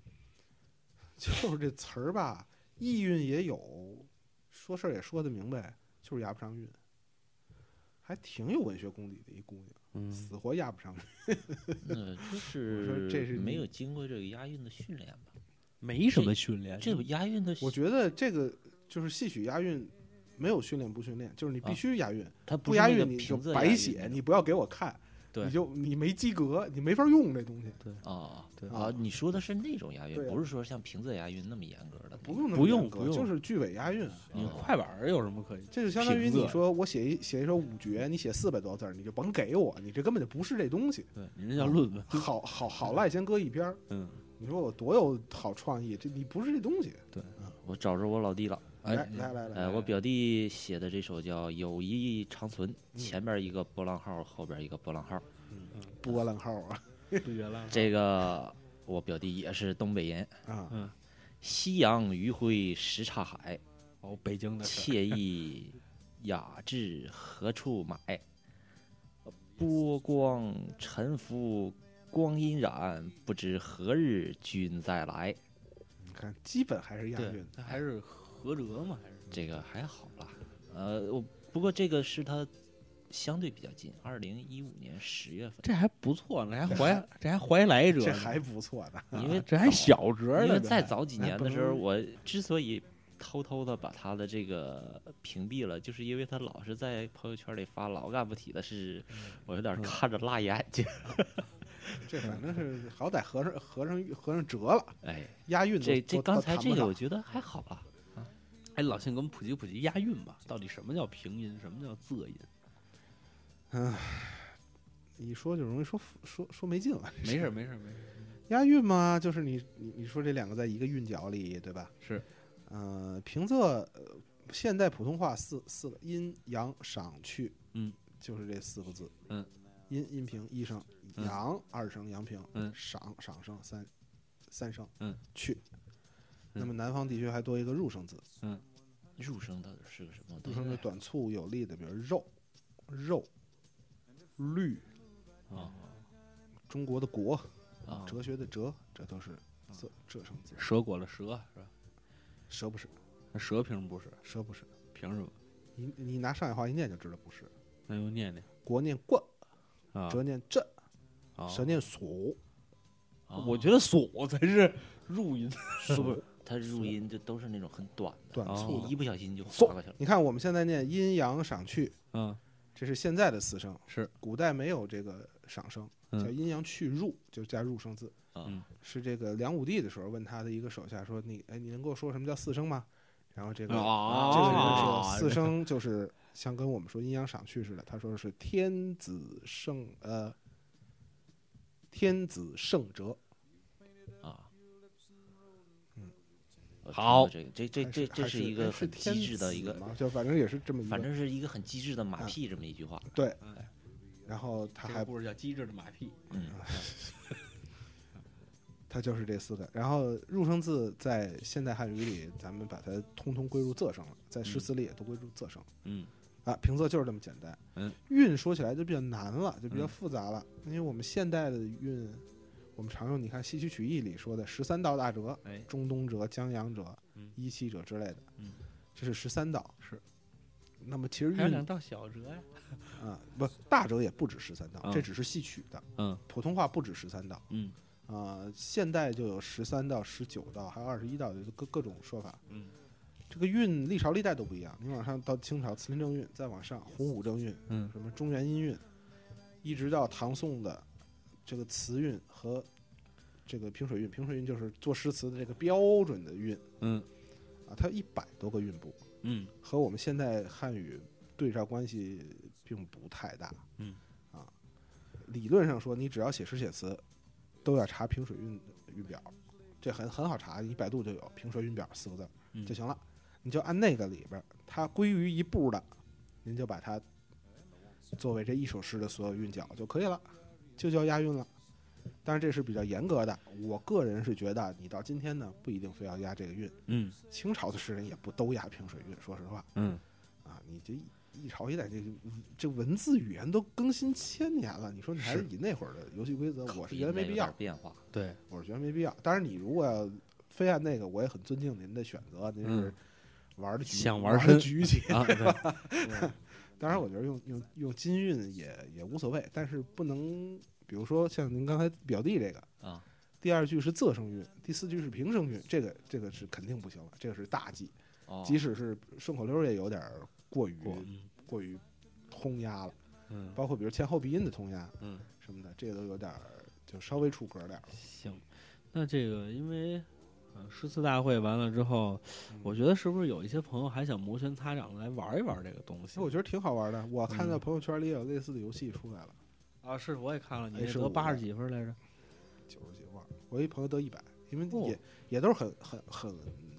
Speaker 4: 就是这词儿吧，意蕴也有，说事儿也说得明白，就是押不上韵，还挺有文学功底的一姑娘，
Speaker 2: 嗯
Speaker 4: 死活押不上韵，
Speaker 3: 呃，就是
Speaker 4: 这是
Speaker 3: 没
Speaker 4: 你
Speaker 3: 有经过这个押韵的训练吧？
Speaker 2: 没什么训练，
Speaker 3: 这个押韵的，
Speaker 4: 哎我觉得这个就是戏曲押韵。没有训练不训练，就是你必
Speaker 3: 啊
Speaker 4: 须押韵，
Speaker 3: 他
Speaker 4: 不
Speaker 3: 押
Speaker 4: 押
Speaker 3: 韵
Speaker 4: 韵你就白写，你不要给我看，
Speaker 2: 对
Speaker 4: 你就你没及格，你没法用这东西。
Speaker 3: 啊
Speaker 2: 对
Speaker 3: 啊！你说的是那种押韵
Speaker 4: 对，啊
Speaker 3: 不是说像平仄押韵那么严格的。
Speaker 4: 不用那么
Speaker 2: 不用
Speaker 4: 严格
Speaker 2: 不用
Speaker 4: 就是句尾押韵。啊嗯
Speaker 2: 你快板儿有什么可以？
Speaker 4: 这就相当
Speaker 2: 平
Speaker 4: 于
Speaker 2: 仄
Speaker 4: 你说我写一写一首五绝，你写四百多字儿，你就甭给我，你这根本就不是这东西。
Speaker 2: 对，你那叫论文。
Speaker 4: 好好好赖先搁一边儿。
Speaker 2: 嗯，
Speaker 4: 你说我多有好创意，这你不是这东西。
Speaker 3: 我找着我老弟了，
Speaker 4: 来
Speaker 3: 哎，
Speaker 4: 来来来，
Speaker 3: 呃，我表弟写的这首叫《友谊长存》，
Speaker 2: 嗯
Speaker 3: 前边一个波浪号，后边一个波浪号。
Speaker 4: 波浪号啊
Speaker 2: 不原来
Speaker 3: 这个我表弟也是东北人。
Speaker 4: 啊！
Speaker 3: 夕阳余晖什刹海，
Speaker 2: 哦，北京的事儿
Speaker 3: 惬意雅致何处买？波光沉浮光阴染，不知何日君再来。
Speaker 2: 嗯
Speaker 4: 你看，基本还是押韵
Speaker 2: 对，那还是合辙嘛，还是
Speaker 3: 这个还好啦，呃，我不过这个是他相对比较近，二零一五年十月份，
Speaker 2: 这还不错呢，还怀这还怀来者
Speaker 4: 这
Speaker 2: 呢，
Speaker 4: 还不错呢。
Speaker 3: 因为
Speaker 2: 这还
Speaker 3: 早
Speaker 2: 小折
Speaker 3: 因
Speaker 2: 呢，这
Speaker 3: 为再
Speaker 2: 还
Speaker 3: 早几
Speaker 4: 哎
Speaker 3: 年
Speaker 4: 不
Speaker 3: 的时候，
Speaker 4: 能
Speaker 3: 我之所以偷偷的把他的这个屏蔽了，就是因为他老是在朋友圈里发老干部体的事，
Speaker 4: 嗯
Speaker 3: 我有点看着辣眼 睛。
Speaker 4: 这反正是好歹合上合上合上折了，
Speaker 3: 哎，
Speaker 4: 押韵都
Speaker 3: 这这
Speaker 4: 都
Speaker 3: 刚
Speaker 4: 都
Speaker 3: 才
Speaker 4: 谈
Speaker 3: 这
Speaker 4: 不
Speaker 3: 个
Speaker 4: 上
Speaker 3: 我觉得还好了。
Speaker 8: 哎，老信，给我们普及普及押韵吧，到底什么叫平音，什么叫仄音？
Speaker 4: 一说就容易说说说没劲了。
Speaker 8: 没事儿，没事儿，没事儿。
Speaker 4: 押韵嘛，就是你你你说这两个在一个韵脚里，对吧？
Speaker 8: 是，
Speaker 4: 呃，平仄、呃，现代普通话四四个阴阳赏去，
Speaker 8: 嗯，
Speaker 4: 就是这四个字，
Speaker 8: 嗯，
Speaker 4: 阴阴平一声，
Speaker 8: 嗯
Speaker 4: 阳、二声阳平，
Speaker 8: 嗯
Speaker 4: 赏赏声三三声，
Speaker 8: 嗯，
Speaker 4: 去。那
Speaker 8: 嗯
Speaker 4: 么南方地区还多一个入声字，
Speaker 3: 入声到底是个什
Speaker 8: 嗯
Speaker 3: 么
Speaker 4: 入
Speaker 3: 东西啊
Speaker 4: 声字
Speaker 3: 来着？
Speaker 4: 短促有力的，比如肉、肉、绿
Speaker 3: 啊，
Speaker 4: 中国的国，
Speaker 8: 哦
Speaker 2: 哦
Speaker 3: 啊
Speaker 4: 哲学的哲，这都是仄仄声字。
Speaker 8: 蛇果了蛇是吧？
Speaker 4: 蛇不是，
Speaker 8: 那蛇凭不是，
Speaker 4: 蛇不是，
Speaker 8: 凭什么？
Speaker 4: 你你拿上海话一念就知道不是。
Speaker 8: 那就念念
Speaker 4: 国念冠，
Speaker 8: 啊
Speaker 4: 折念震，
Speaker 2: 哦
Speaker 8: 啊！
Speaker 4: 舌念锁，
Speaker 3: 啊
Speaker 2: 我觉得锁才是入音，
Speaker 3: 是 不是它入音就都是那种很短的，哦
Speaker 4: 短促
Speaker 3: 一
Speaker 4: 的。
Speaker 3: 不小心就
Speaker 4: 嗖
Speaker 3: 划过去了。
Speaker 4: 你看我们现在念阴阳赏去，
Speaker 2: 嗯，
Speaker 4: 这是现在的四声，
Speaker 2: 是
Speaker 4: 古代没有这个赏声，
Speaker 2: 嗯啊
Speaker 4: 叫阴阳去入，就加入声字。
Speaker 3: 嗯，
Speaker 4: 是这个梁武帝的时候问他的一个手下说：“你哎，你能给我说什么叫四声吗？”然后这个、
Speaker 2: 啊
Speaker 4: 这个人说：“
Speaker 2: 啊
Speaker 4: 四声就是像跟我们说阴阳赏去似的。”他说是天子圣呃，天子圣哲，
Speaker 3: 啊，
Speaker 4: 嗯
Speaker 3: 我听过
Speaker 8: 好
Speaker 3: 这个这这
Speaker 4: 还
Speaker 3: 这
Speaker 4: 是
Speaker 3: 这
Speaker 4: 还
Speaker 3: 是
Speaker 4: 是
Speaker 3: 一
Speaker 4: 哎
Speaker 3: 个
Speaker 4: 是
Speaker 3: 很
Speaker 4: 天
Speaker 3: 机智的一
Speaker 4: 子
Speaker 3: 个，
Speaker 4: 嘛，就反正也是这么一个，
Speaker 3: 反正是一个很机智的马
Speaker 4: 嗯
Speaker 3: 屁这么一句话。
Speaker 4: 对
Speaker 8: 嗯。
Speaker 4: 然后他
Speaker 8: 这
Speaker 4: 还
Speaker 8: 个故事叫机智的马屁，
Speaker 3: 嗯，
Speaker 4: 它就是这四个。然后入声字在现代汉语里，咱们把它通通归入仄声了，在诗词里也都归入仄声。
Speaker 8: 嗯，
Speaker 4: 啊，平仄就是这么简单。
Speaker 8: 嗯，
Speaker 4: 韵说起来就比较难了，就比较
Speaker 3: 嗯
Speaker 4: 复杂了，因为我们现代的韵，我们常用你看戏曲曲艺里说的十三道大折，
Speaker 8: 哎
Speaker 4: 中东折、江洋折、
Speaker 8: 嗯
Speaker 4: 一七折之类的，
Speaker 8: 嗯，
Speaker 4: 这是十三道。
Speaker 8: 是。
Speaker 4: 那么其实
Speaker 8: 还有
Speaker 4: 韵
Speaker 8: 两道小折呀。
Speaker 4: 啊，不，大折也不止十三道，
Speaker 8: 嗯
Speaker 4: 这只是戏曲的。
Speaker 8: 嗯，
Speaker 4: 普通话不止十三道。
Speaker 8: 嗯，
Speaker 4: 啊、现代就有十三道、十九道，还有二十一道，有各各种说法。
Speaker 8: 嗯，
Speaker 4: 这个韵历朝历代都不一样。你往上到清朝慈林正韵，再往上洪武正韵，
Speaker 2: 嗯，
Speaker 4: 什么中原音韵，一直到唐宋的这个词韵和这个平水韵，平水韵就是做诗词的这个标准的韵。
Speaker 2: 嗯，
Speaker 4: 啊，它有一百多个韵部。
Speaker 8: 嗯，
Speaker 4: 和我们现代汉语对照关系并不太大。
Speaker 8: 嗯，
Speaker 4: 啊，理论上说，你只要写诗写词，都要查平水韵韵表，这很很好查，你百度就有平水韵表四个字儿
Speaker 8: 嗯
Speaker 4: 就行了。你就按那个里边儿，它归于一部的，您就把它作为这一首诗的所有韵脚就可以了，就叫押韵了。但是这是比较严格的，我个人是觉得你到今天呢，不一定非要押这个韵。
Speaker 2: 嗯
Speaker 4: 清朝的诗人也不都押平水韵，说实话，
Speaker 2: 嗯，
Speaker 4: 啊，你这一一朝一代，这个嗯这文字语言都更新千年了，你说你还是以那会儿的游戏规则，我是觉得没必要，
Speaker 3: 变化。
Speaker 2: 对，
Speaker 4: 我是觉得没必要。当然，你如果要非按那个，我也很尊敬您的选择，您是
Speaker 2: 嗯
Speaker 4: 玩的局，
Speaker 2: 想玩
Speaker 4: 玩的
Speaker 2: 深
Speaker 4: 局气。
Speaker 2: 啊， 对，
Speaker 4: 当然，我觉得用用用金韵也也无所谓，但是不能，比如说像您刚才表弟这个
Speaker 3: 啊，
Speaker 4: 第二句是仄声韵，第四句是平声韵，这个这个是肯定不行了，这个是大忌。
Speaker 3: 哦，
Speaker 4: 即使是顺口溜，也有点儿过于
Speaker 2: 过
Speaker 4: 过于通押了。
Speaker 2: 嗯，
Speaker 4: 包括比如前后鼻音的通押，
Speaker 2: 嗯，
Speaker 4: 什么的，这个都有点儿就稍微出格点儿了。
Speaker 2: 行，那这个因为。呃诗词大会完了之后，
Speaker 4: 嗯
Speaker 2: 我觉得是不是有一些朋友还想摩拳擦掌地来玩一玩这个东
Speaker 4: 其
Speaker 2: 西
Speaker 4: 实？我觉得挺好玩的，我看到
Speaker 2: 嗯
Speaker 4: 朋友圈里也有类似的游戏出来了，
Speaker 2: 啊，是我也看了，你
Speaker 4: 哎
Speaker 2: 那
Speaker 4: 是
Speaker 2: 得
Speaker 4: 我
Speaker 2: 八十几分来着？
Speaker 4: 九十几万，我一朋友得一百，因为
Speaker 2: 哦
Speaker 4: 也、也都是很很很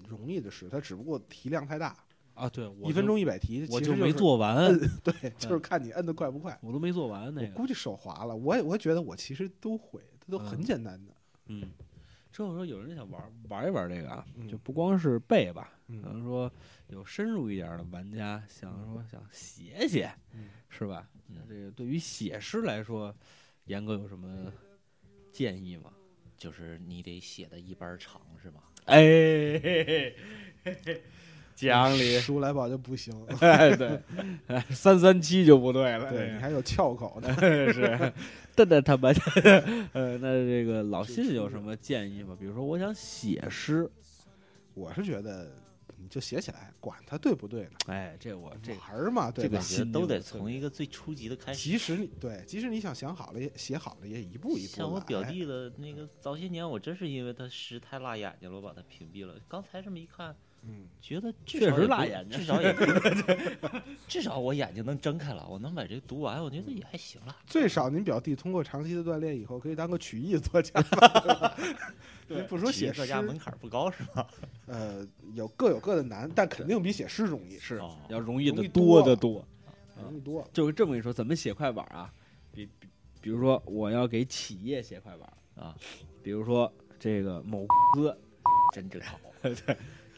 Speaker 4: 容易的事，它只不过题量太大，
Speaker 2: 啊，对，我
Speaker 4: 一分
Speaker 2: 就
Speaker 4: 钟一百题，
Speaker 2: 我
Speaker 4: 其实
Speaker 2: 就是没，做完，
Speaker 4: 对，就是看你摁的快不快。
Speaker 2: 我都没做完那
Speaker 4: 我
Speaker 2: 个。
Speaker 4: 估计手滑了，我也我也觉得我其实都会，这都很
Speaker 2: 嗯
Speaker 4: 简单的。
Speaker 2: 嗯，之后说有人想玩玩一玩这个啊，
Speaker 4: 嗯
Speaker 2: 就不光是背吧，
Speaker 4: 嗯
Speaker 2: 可能说有深入一点的玩家想说想写写，
Speaker 4: 嗯
Speaker 2: 是吧？
Speaker 3: 嗯
Speaker 2: 那这个对于写诗来说，严哥有什么建议吗？
Speaker 3: 就是你得写的一般长是吧？
Speaker 2: 哎，嘿嘿嘿讲 理，
Speaker 4: 数来宝就不行，
Speaker 2: 哎对，哎三三七就不对了，哎
Speaker 4: 对你还有翘口 呢。
Speaker 2: 是，蛋蛋他们，呃，那这个老信有什么建议吗？比如说，我想写诗，
Speaker 4: 我是觉得你就写起来，管它对不对呢，
Speaker 2: 哎，这我这
Speaker 4: 玩儿嘛，对
Speaker 2: 这个
Speaker 4: 吧？
Speaker 3: 觉得都得
Speaker 2: 心
Speaker 3: 从一个最初级的开始。
Speaker 4: 即使你对，即使你想想好了，也写好了，也一步一步来。
Speaker 3: 像我表弟的那个，早些年我真是因为他诗太辣眼睛了，我把他屏蔽了。刚才这么一看，
Speaker 4: 嗯，
Speaker 3: 觉得至
Speaker 2: 确
Speaker 3: 少
Speaker 2: 实
Speaker 3: 也
Speaker 2: 辣
Speaker 3: 不
Speaker 2: 眼睛
Speaker 3: 至 少也不至少我眼睛能睁开了，我能把这个读完，我觉得也还行了。
Speaker 4: 最少您表弟通过长期的锻炼以后，可以当个曲艺作家吧？对吧您不说
Speaker 3: 体育
Speaker 4: 写
Speaker 3: 作
Speaker 4: 诗，
Speaker 3: 家门槛不高是吧？
Speaker 4: 呃，有各有各的难，但肯定比写诗容易，
Speaker 2: 是
Speaker 3: 哦
Speaker 2: 要容易
Speaker 4: 容
Speaker 2: 的
Speaker 4: 易
Speaker 2: 多
Speaker 4: 多
Speaker 2: 得
Speaker 4: 了
Speaker 2: 多。
Speaker 4: 容易多了。
Speaker 2: 就是这么一说，怎么写快板啊？比比，比如说我要给企业写快板
Speaker 3: 啊，
Speaker 2: 比如说这个某司，
Speaker 3: 真真好，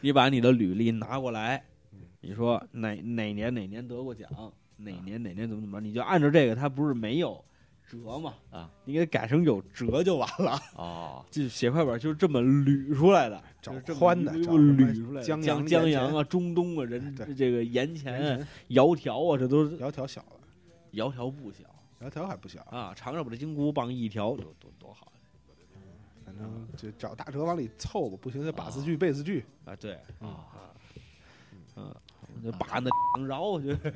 Speaker 2: 你把你的履历拿过来，你说哪哪年哪年得过奖，哪年哪年怎么怎么着，你就按照这个，它不是没有折嘛？
Speaker 3: 啊，
Speaker 2: 你给它改成有折就完了。
Speaker 3: 哦，
Speaker 2: 就写快板就是这么捋出来的，
Speaker 4: 找
Speaker 2: 就是这么
Speaker 4: 宽的
Speaker 2: 一
Speaker 4: 找
Speaker 2: 路
Speaker 4: 什么
Speaker 2: 捋出来的，
Speaker 4: 江
Speaker 2: 江
Speaker 4: 洋
Speaker 2: 江
Speaker 4: 盐
Speaker 2: 洋
Speaker 4: 田
Speaker 2: 啊、中东啊、人
Speaker 4: 对
Speaker 2: 这个盐田啊
Speaker 4: 人、
Speaker 2: 窈窕啊，这都是
Speaker 4: 窈窕小了，
Speaker 2: 窈窕不小
Speaker 4: 窈窕还不小，
Speaker 2: 啊。尝尝我这金箍棒一条，多多多好
Speaker 4: 反正就找大折往里凑吧，不行就把字句背字句。
Speaker 2: 啊！对
Speaker 3: 啊，
Speaker 2: 嗯，我就把那饶我觉得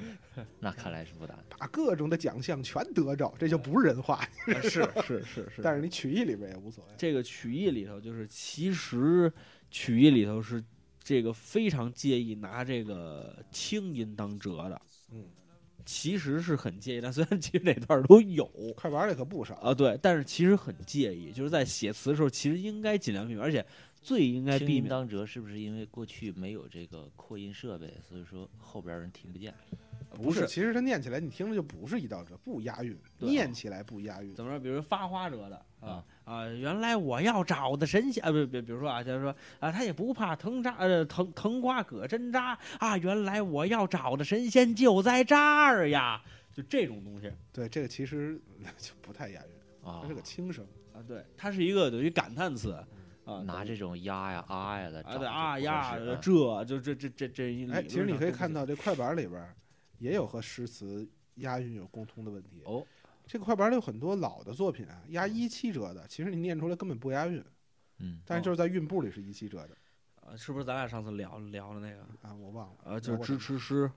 Speaker 3: 那看来是不难。
Speaker 4: 把各种的奖项全得着，这就不是人话。
Speaker 2: 是是是是
Speaker 4: 但是你曲艺里边也无所谓。
Speaker 2: 这个曲艺里头，就是其实曲艺里头是这个非常介意拿这个清音当折的，
Speaker 4: 嗯，
Speaker 2: 其实是很介意的。虽然其实哪段儿都有，
Speaker 4: 快板里可不少，
Speaker 2: 啊，对，但是其实很介意，就是在写词的时候，其实应该尽量避免，而且最应该
Speaker 3: 听
Speaker 2: 避
Speaker 3: 音
Speaker 2: 免。
Speaker 3: 当折是不是因为过去没有这个扩音设备，所以说后边人听不见？
Speaker 4: 不
Speaker 2: 呃是
Speaker 4: 其实它念起来你听着就不是一道折，不押韵，
Speaker 2: 对啊
Speaker 4: 念起来不押韵。
Speaker 2: 怎么说？比如说发花折的啊啊，原来我要找的神仙啊，不比比如说啊，就是说啊，他也不怕藤扎呃藤藤瓜葛针扎啊，原来我要找的神仙就在这儿呀，就这种东西
Speaker 4: 对，这个其实 就不太押韵，
Speaker 3: 啊
Speaker 4: 它是，个轻声。
Speaker 2: 啊，对，它是一个等于感叹词啊，
Speaker 3: 拿这种呀呀啊呀的
Speaker 2: 啊
Speaker 3: 找
Speaker 2: 对
Speaker 3: 就
Speaker 2: 啊
Speaker 3: 不
Speaker 2: 呀
Speaker 3: 合适啊
Speaker 2: 这就这这这这一理
Speaker 4: 哎，
Speaker 2: 论
Speaker 4: 其实你
Speaker 2: 上
Speaker 4: 可以
Speaker 2: 都不
Speaker 4: 看
Speaker 2: 行
Speaker 4: 到这快板里边也有和诗词押韵有共通的问题。
Speaker 2: 哦，嗯
Speaker 4: 这个快板里有很多老的作品啊，押一七折的，其实你念出来根本不押韵，
Speaker 3: 嗯，
Speaker 2: 哦
Speaker 4: 但是就是在韵部里是一七折的
Speaker 2: 啊，是不是咱俩上次聊聊了那个
Speaker 4: 啊，我忘了
Speaker 2: 啊，就是
Speaker 4: 我
Speaker 2: 支持诗。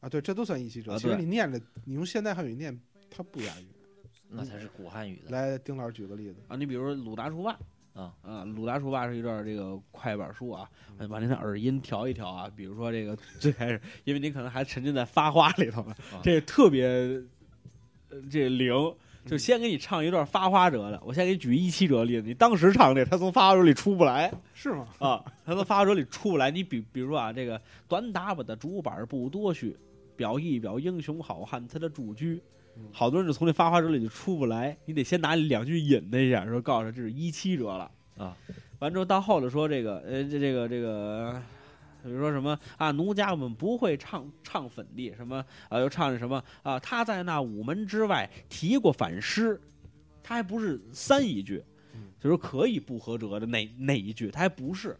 Speaker 4: 啊，对，这都算一七折。
Speaker 2: 啊
Speaker 4: 其实
Speaker 2: 对
Speaker 4: 你念着，你用现代汉语念，它不押韵。
Speaker 3: 那才是古汉语的。
Speaker 4: 来，丁老师举个例子，
Speaker 2: 啊，你比如说鲁达除霸
Speaker 3: 啊
Speaker 2: 啊，鲁达除霸是一段这个快板书啊，呃把您的耳音调一调啊。比如说这个 最开始，因为您可能还沉浸在发花里头呢，
Speaker 3: 啊
Speaker 2: 这特别呃这灵。就先给你唱一段发花折的，我先给你举一七折例子，你当时唱这，他从发花折里出不来
Speaker 4: 是吗？
Speaker 2: 啊，他从发花折里出不来。你比比如说啊，这个短打把的竹板不多须，表一表英雄好汉他的主居。
Speaker 4: 嗯
Speaker 2: 好多人就从这发花折里就出不来，你得先拿两句引他一下，说告诉他这是一七折了
Speaker 3: 啊。
Speaker 2: 完之后到后头说这个呃这这个这个，比如说什么啊，奴家们不会唱唱粉地什么啊，又唱什么啊，他在那午门之外提过反诗，他还不是三一句
Speaker 4: 嗯，
Speaker 2: 就说可以不合辙的那那一句，他还不是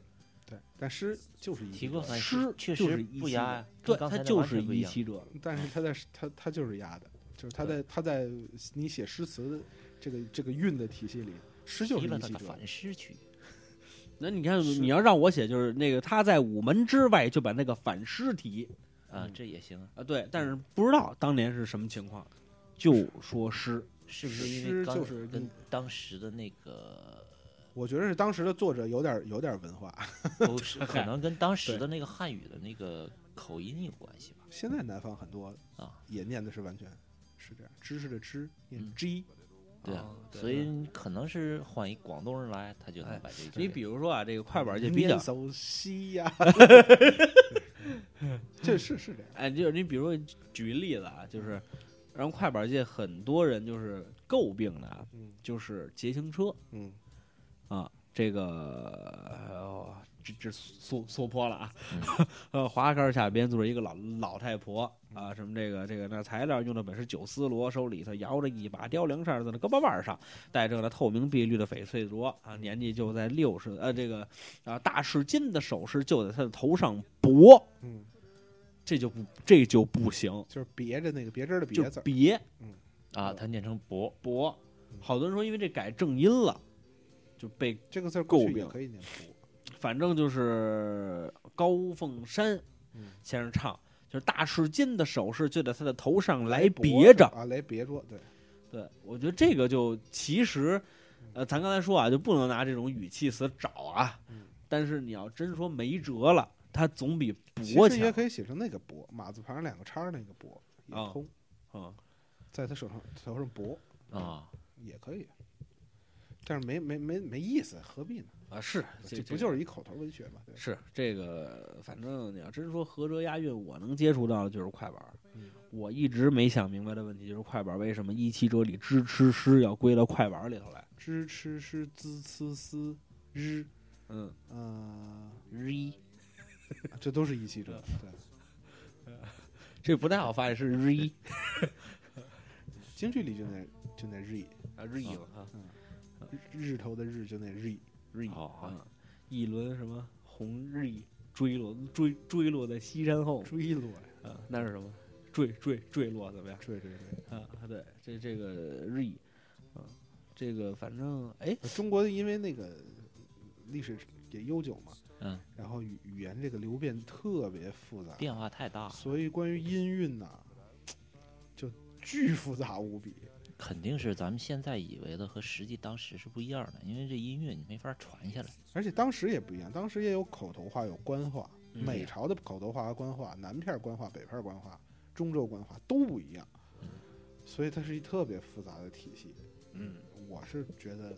Speaker 4: 对，但诗就是一
Speaker 3: 提
Speaker 4: 七
Speaker 3: 过
Speaker 4: 折，
Speaker 3: 反
Speaker 2: 诗
Speaker 3: 确
Speaker 2: 就
Speaker 3: 实
Speaker 2: 是一
Speaker 3: 不
Speaker 2: 七
Speaker 3: 押
Speaker 2: 折
Speaker 3: 呀，
Speaker 2: 对，
Speaker 3: 跟刚
Speaker 2: 他
Speaker 3: 才那
Speaker 2: 就
Speaker 3: 完
Speaker 2: 是
Speaker 3: 全不一
Speaker 2: 一
Speaker 3: 样。
Speaker 2: 七折了。
Speaker 4: 但是它在它它就是押的，就是它在它在你写诗词的这个这个韵的体系里，诗就
Speaker 3: 提
Speaker 4: 是
Speaker 3: 了
Speaker 4: 一
Speaker 3: 他
Speaker 4: 七
Speaker 3: 的
Speaker 4: 折。
Speaker 3: 反诗曲，
Speaker 2: 那你看，
Speaker 4: 是
Speaker 2: 你要让我写，就是那个他在午门之外就把那个反诗提
Speaker 3: 啊，
Speaker 4: 嗯
Speaker 3: 这也行啊，
Speaker 2: 啊，对，但是不知道当年是什么情况，就说诗
Speaker 3: 是不是因为
Speaker 4: 诗
Speaker 3: 刚
Speaker 4: 就是
Speaker 3: 跟
Speaker 4: 你
Speaker 3: 当时的那个
Speaker 4: 我觉得是当时的作者有点有点文化，
Speaker 3: 口是可
Speaker 2: 嗨
Speaker 3: 能跟当时
Speaker 4: 对
Speaker 3: 的那个汉语的那个口音有关系吧？
Speaker 4: 现在南方很多
Speaker 3: 啊
Speaker 4: 也念的是完全是这样，知识的知念
Speaker 3: 嗯
Speaker 4: g，
Speaker 3: 对啊
Speaker 2: 啊，对
Speaker 3: 所以你可能是换一广东人来，他就
Speaker 2: 哎
Speaker 3: 能把这个。
Speaker 2: 你比如说啊，这个快板就比
Speaker 4: 念
Speaker 2: 较，
Speaker 4: 首西呀， 这是是这样，
Speaker 2: 哎，就是你比如说举个例子啊，就是让快板界很多人就是诟病的啊，
Speaker 4: 嗯
Speaker 2: 就是捷行车
Speaker 4: 嗯，
Speaker 2: 啊，这个、呃这这缩缩坡了啊
Speaker 3: 嗯！
Speaker 2: 呃，滑杆下边坐着一个老老太婆啊，什么这个这个那材料用的本是酒丝罗，手里头摇着一把凋零扇子的胳膊腕儿上戴着那透明碧绿的翡翠镯啊，年纪就在六十呃这个啊大赤金的首饰就在她的头上脖，
Speaker 4: 嗯，
Speaker 2: 这就不这就不行，
Speaker 4: 就是别着那个别针的
Speaker 2: 就
Speaker 4: 别字儿，
Speaker 2: 别
Speaker 3: 啊，它念成博，
Speaker 2: 脖。好多人说因为这改正音了，就被
Speaker 4: 这个字儿过去
Speaker 2: 诟
Speaker 4: 也
Speaker 2: 病
Speaker 4: 可以念福，
Speaker 2: 反正就是高凤山
Speaker 4: 嗯
Speaker 2: 先生唱，就是大赤金的首饰就在他的头上来
Speaker 4: 脖
Speaker 2: 别
Speaker 4: 子
Speaker 2: 着。
Speaker 4: 啊，来别着，对，
Speaker 2: 对，我觉得这个就其实，呃，咱刚才说啊，就不能拿这种语气词找啊
Speaker 4: 嗯。
Speaker 2: 但是你要真说没辙了，它总比
Speaker 4: 其
Speaker 2: 博
Speaker 4: 实也
Speaker 2: 强。
Speaker 4: 可以写成那个博，马字旁两个叉儿那个博也
Speaker 2: 啊
Speaker 4: 通，
Speaker 2: 嗯，
Speaker 4: 在他手上头上博
Speaker 3: 啊，
Speaker 4: 也可以，但是没没没没意思，何必呢？
Speaker 2: 啊，是，
Speaker 4: 这
Speaker 2: 这
Speaker 4: 不就是一口头文学嘛？对吧
Speaker 2: 是这个，反正你要真说合辙押韵，我能接触到的就是快板儿。
Speaker 4: 嗯
Speaker 2: 我一直没想明白的问题就是快板儿为什么一七哲理支吃诗要归到快板儿里头来？
Speaker 4: 知吃诗滋呲思日，
Speaker 2: 嗯，
Speaker 4: 呃，
Speaker 2: 日一
Speaker 4: 这都是一 气者，对，
Speaker 2: 这不太好发音是日一
Speaker 4: 京剧里就那就那日，
Speaker 2: 啊，日一
Speaker 3: 一
Speaker 2: 了啊，
Speaker 4: 日头的日就那日，
Speaker 2: 日一
Speaker 3: 好好
Speaker 2: 啊，一轮什么红日一坠落坠坠落在西山后
Speaker 4: 追落呀，
Speaker 2: 啊，那是什么坠坠坠落怎么样
Speaker 4: 追追追。
Speaker 2: 啊？对，这这个日一啊，这个反正 哎
Speaker 4: 中国因为那个历史也悠久嘛，
Speaker 3: 嗯，
Speaker 4: 然后语语言这个流变特别复杂，
Speaker 3: 变化太大了，
Speaker 4: 所以关于音韵呐、就巨复杂无比。
Speaker 3: 肯定是咱们现在以为的和实际当时是不一样的，因为这音乐你没法传下来。
Speaker 4: 而且当时也不一样，当时也有口头话，有官话。
Speaker 2: 嗯
Speaker 4: 每朝的口头话和官话，南片官话、北片官话、中州官话都不一样，所以它是一特别复杂的体系。
Speaker 2: 嗯，
Speaker 4: 我是觉得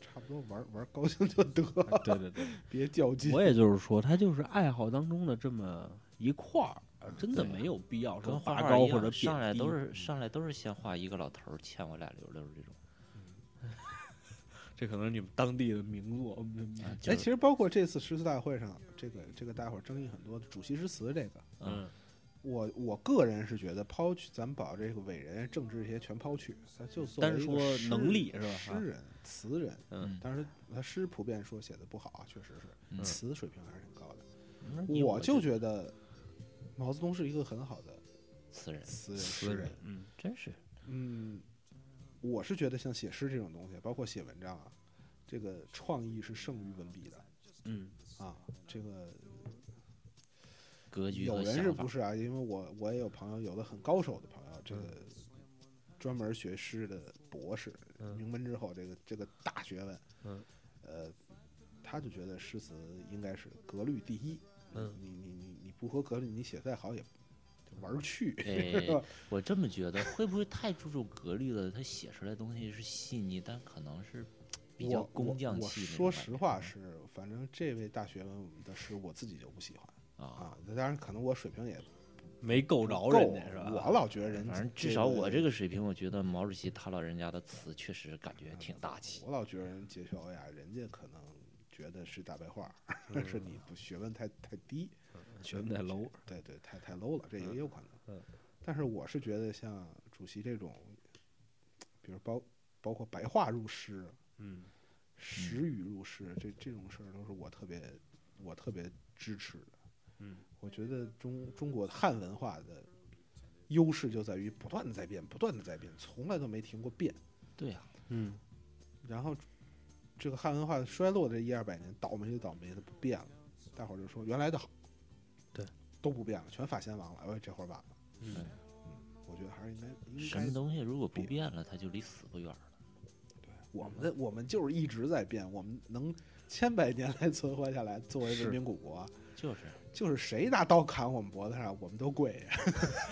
Speaker 4: 差不多玩玩高兴就得，
Speaker 2: 对对对。
Speaker 4: 别较劲。
Speaker 2: 我也就是说，他就是爱好当中的这么一块儿，呃真的
Speaker 3: 对
Speaker 2: 没有必要说
Speaker 3: 跟画
Speaker 2: 拔
Speaker 3: 画
Speaker 2: 高
Speaker 3: 一
Speaker 2: 或
Speaker 3: 样
Speaker 2: 者贬
Speaker 3: 上来
Speaker 2: 低
Speaker 3: 都是上来都是先画一个老头儿欠我俩溜溜儿这种。
Speaker 2: 这可能是你们当地的名作。嗯
Speaker 3: 啊就
Speaker 4: 哎，
Speaker 3: 是
Speaker 4: 其实包括这次诗词大会上，这个这个大伙儿争议很多，主席诗词这个，
Speaker 3: 嗯，
Speaker 4: 我我个人是觉得抛去，咱们把这个伟人、政治这些全抛去，他就作为
Speaker 2: 单
Speaker 4: 一个
Speaker 2: 说
Speaker 4: 诗
Speaker 2: 能力是吧啊
Speaker 4: 诗人、词人，
Speaker 2: 嗯
Speaker 4: 当然他诗普遍说写的不好啊，确实
Speaker 3: 嗯
Speaker 4: 是，词水平还是挺高的。
Speaker 3: 那
Speaker 2: 嗯
Speaker 3: 你
Speaker 4: 我就
Speaker 3: 得
Speaker 4: 觉得毛泽东是一个很好的
Speaker 3: 此人
Speaker 4: 词人、
Speaker 2: 词
Speaker 4: 诗人
Speaker 2: 人。，嗯，
Speaker 3: 真是
Speaker 4: 嗯，我是觉得像写诗这种东西，包括写文章啊，这个创意是胜于文笔的
Speaker 2: 嗯，
Speaker 4: 啊。这个
Speaker 3: 格局
Speaker 4: 有
Speaker 3: 和
Speaker 4: 人是
Speaker 3: 想法
Speaker 4: 不。是啊？因为我我也有朋友，有的很高手的朋友，这
Speaker 3: 嗯
Speaker 4: 个专门学诗的博士，
Speaker 2: 嗯
Speaker 4: 名门之后，这个这个大学问，
Speaker 2: 嗯，
Speaker 4: 呃，他就觉得诗词应该是格律第一。
Speaker 2: 嗯
Speaker 4: 你你你你不合格律，你写再好也就玩儿去。是
Speaker 3: 哎
Speaker 4: 吧，
Speaker 3: 我这么觉得，会不会太注重格律了？他写出来的东西是细腻，但可能是 比较
Speaker 4: 我我
Speaker 3: 工匠
Speaker 4: 我
Speaker 3: 气那种
Speaker 4: 说
Speaker 3: 感觉。啊
Speaker 4: 实话是，反正这位大学问的诗我自己就不喜欢
Speaker 3: 啊，
Speaker 4: 啊。当然，可能我水平也
Speaker 2: 没够
Speaker 4: 不
Speaker 2: 着
Speaker 4: 够，
Speaker 2: 人家是吧？
Speaker 4: 我老觉得人，
Speaker 3: 反正至少我
Speaker 4: 这
Speaker 3: 这
Speaker 4: 个，
Speaker 3: 个水平，我觉得毛主席他老人家的词确实感觉挺大气。
Speaker 4: 我老觉得人杰克欧雅，人家可能觉得是大白话，
Speaker 2: 嗯
Speaker 4: 是你不学问太太低，
Speaker 2: 学问太 low
Speaker 4: 对对，太太 low 了，这也
Speaker 2: 嗯
Speaker 4: 有可能。
Speaker 2: 嗯
Speaker 4: 但是我是觉得像主席这种，比如包包括白话入诗，
Speaker 2: 嗯，
Speaker 4: 时语入诗，这这种事儿都是我特别我特别支持的。
Speaker 2: 嗯，
Speaker 4: 我觉得中中国汉文化的优势就在于不断的在变，不断的在变，从来都没停过变。
Speaker 3: 对啊呀、
Speaker 2: 嗯，
Speaker 4: 然后这个汉文化衰落这一二百年，倒霉就倒霉的不变了，大伙儿就说原来的好，
Speaker 2: 对，
Speaker 4: 都不变了，全法先王了，哎，这会儿晚了。
Speaker 2: 嗯
Speaker 4: 我觉得还是应该应
Speaker 3: 什么
Speaker 4: 该，
Speaker 3: 东西如果不
Speaker 4: 变
Speaker 3: 变了，它就离死不远了。
Speaker 4: 我们的我们就是一直在变，我们能千百年来存活下来，作为
Speaker 2: 是
Speaker 4: 文明古国。
Speaker 3: 就是
Speaker 4: 就是谁拿刀砍我们脖子上，我们都跪呀。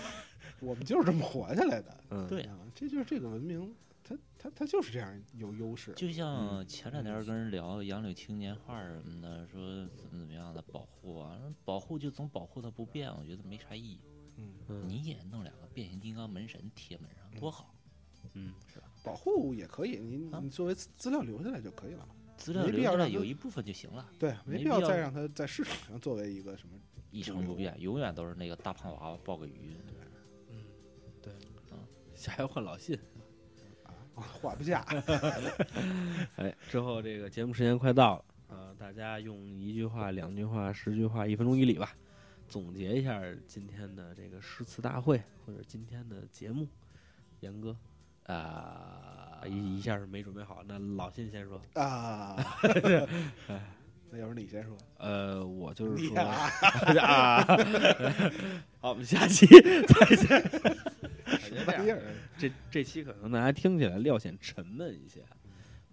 Speaker 4: 我们就是这么活下来的。
Speaker 2: 嗯
Speaker 3: 对
Speaker 4: 啊，这就是这个文明，它它它就是这样有优势。
Speaker 3: 就
Speaker 4: 嗯
Speaker 3: 像前两天跟人聊杨柳青年画什么的，说怎么怎么样的保护啊，保护就总保护它不变，我觉得没啥意义。
Speaker 4: 嗯，
Speaker 2: 嗯
Speaker 3: 你也弄两个变形金刚门神贴门上，多好！
Speaker 2: 嗯，
Speaker 4: 保护也可以，你
Speaker 3: 啊
Speaker 4: 你作为资料留下来就可以了嘛。
Speaker 3: 资料
Speaker 4: 没必
Speaker 3: 留
Speaker 4: 要
Speaker 3: 下来
Speaker 4: 让它
Speaker 3: 有一部分就行了，
Speaker 4: 对，没
Speaker 3: 没
Speaker 4: 必
Speaker 3: 必
Speaker 4: 要
Speaker 3: 要
Speaker 4: 再让它在市场上作为一个什么。
Speaker 3: 一成不变，永远都是那个大胖娃娃抱个鱼。
Speaker 8: 嗯，对
Speaker 3: 啊，
Speaker 8: 下回换老信，
Speaker 4: 画不下，
Speaker 2: 哎，之后这个节目时间快到了，呃，大家用一句话、两句话、十句话、一分钟以里吧，总结一下今天的这个诗词大会或者今天的节目。严哥
Speaker 3: 啊
Speaker 2: 啊，，一一下是没准备好，那老信先说。
Speaker 4: 啊，那要不你先说，
Speaker 2: 呃，我就是
Speaker 4: 你
Speaker 2: 说
Speaker 4: 啊
Speaker 2: 啊，好，我们下期再见。
Speaker 4: 什么玩意儿？
Speaker 2: 这这期可能大家听起来略显沉闷一些，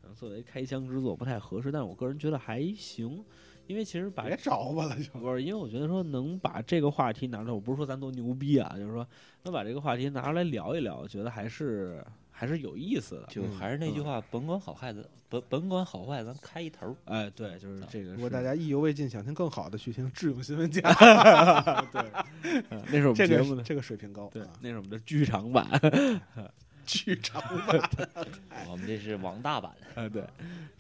Speaker 2: 嗯，作为开箱之作不太合适，但是我个人觉得还行，因为其实把
Speaker 4: 别找我了，就
Speaker 2: 不是，因为我觉得说能把这个话题拿出来，我不是说咱多牛逼啊，就是说能把这个话题拿出来聊一聊，我觉得还是还是有意思的。嗯
Speaker 3: 就还是那句话，甭管好坏，咱甭甭管好坏，咱开一头儿。啊
Speaker 2: 哎，对，就是这个
Speaker 4: 如
Speaker 2: 是
Speaker 4: 果大家意犹未尽，想听更好的，去听《智勇新闻家》
Speaker 2: 嗯那是我们
Speaker 4: 这
Speaker 2: 节目
Speaker 4: 个
Speaker 2: 的，
Speaker 4: 这个水平高，
Speaker 2: 对
Speaker 4: 啊，
Speaker 2: 那是我们的剧场版。
Speaker 4: 剧场版
Speaker 3: 我们这是王大 版，
Speaker 2: 啊，对。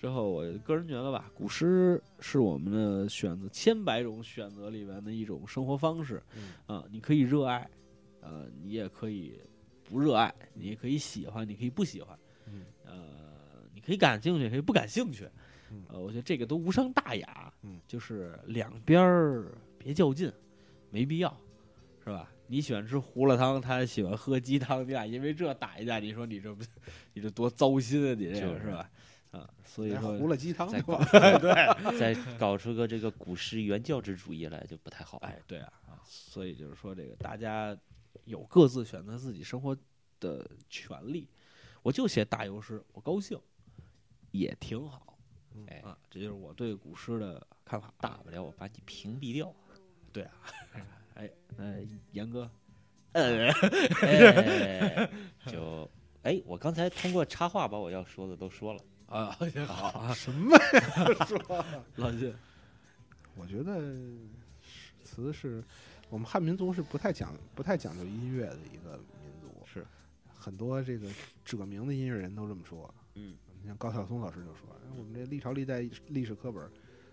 Speaker 2: 之后，我个人觉得吧，古诗是我们的选择千百种选择里面的一种生活方式。
Speaker 4: 嗯
Speaker 2: 啊、你可以热爱，呃，你也可以不热爱，你也可以喜欢，你可以不喜欢，
Speaker 4: 嗯
Speaker 2: 呃，你可以感兴趣，也可以不感兴趣。
Speaker 4: 嗯
Speaker 2: 呃，我觉得这个都无伤大雅。
Speaker 4: 嗯
Speaker 2: 就是两边儿别较劲，没必要，是吧？你喜欢吃胡辣汤，他喜欢喝鸡汤，你俩因为这打一架，你说你这不， 你这多糟心啊！你这
Speaker 3: 就
Speaker 2: 个
Speaker 3: 是
Speaker 2: 是吧？啊，所以
Speaker 4: 还
Speaker 2: 说
Speaker 4: 糊了鸡汤
Speaker 3: 再
Speaker 4: 对
Speaker 3: 搞
Speaker 4: 吧？
Speaker 3: 再搞出个这个古诗原教旨主义来就不太好了。
Speaker 2: 哎，对啊，所以就是说，这个大家有各自选择自己生活的权利。我就写大游诗，我高兴，也挺好
Speaker 4: 嗯。
Speaker 3: 哎
Speaker 2: 啊，这就是我对古诗的看法。
Speaker 3: 大不了我把你屏蔽掉。
Speaker 2: 啊 呃，严哥，
Speaker 4: 呃
Speaker 3: 啊 哎就哎，我刚才通过插话把我要说的都说了。
Speaker 2: 啊， 好，
Speaker 4: 什么呀？说，
Speaker 2: 老金，
Speaker 4: 我觉得诗词是我们汉民族是不太讲不太讲究音乐的一个民族，
Speaker 2: 是
Speaker 4: 很多这个者名的音乐人都这么说。
Speaker 2: 嗯，
Speaker 4: 你像高晓松老师就说，哎我们这历朝历代历史课本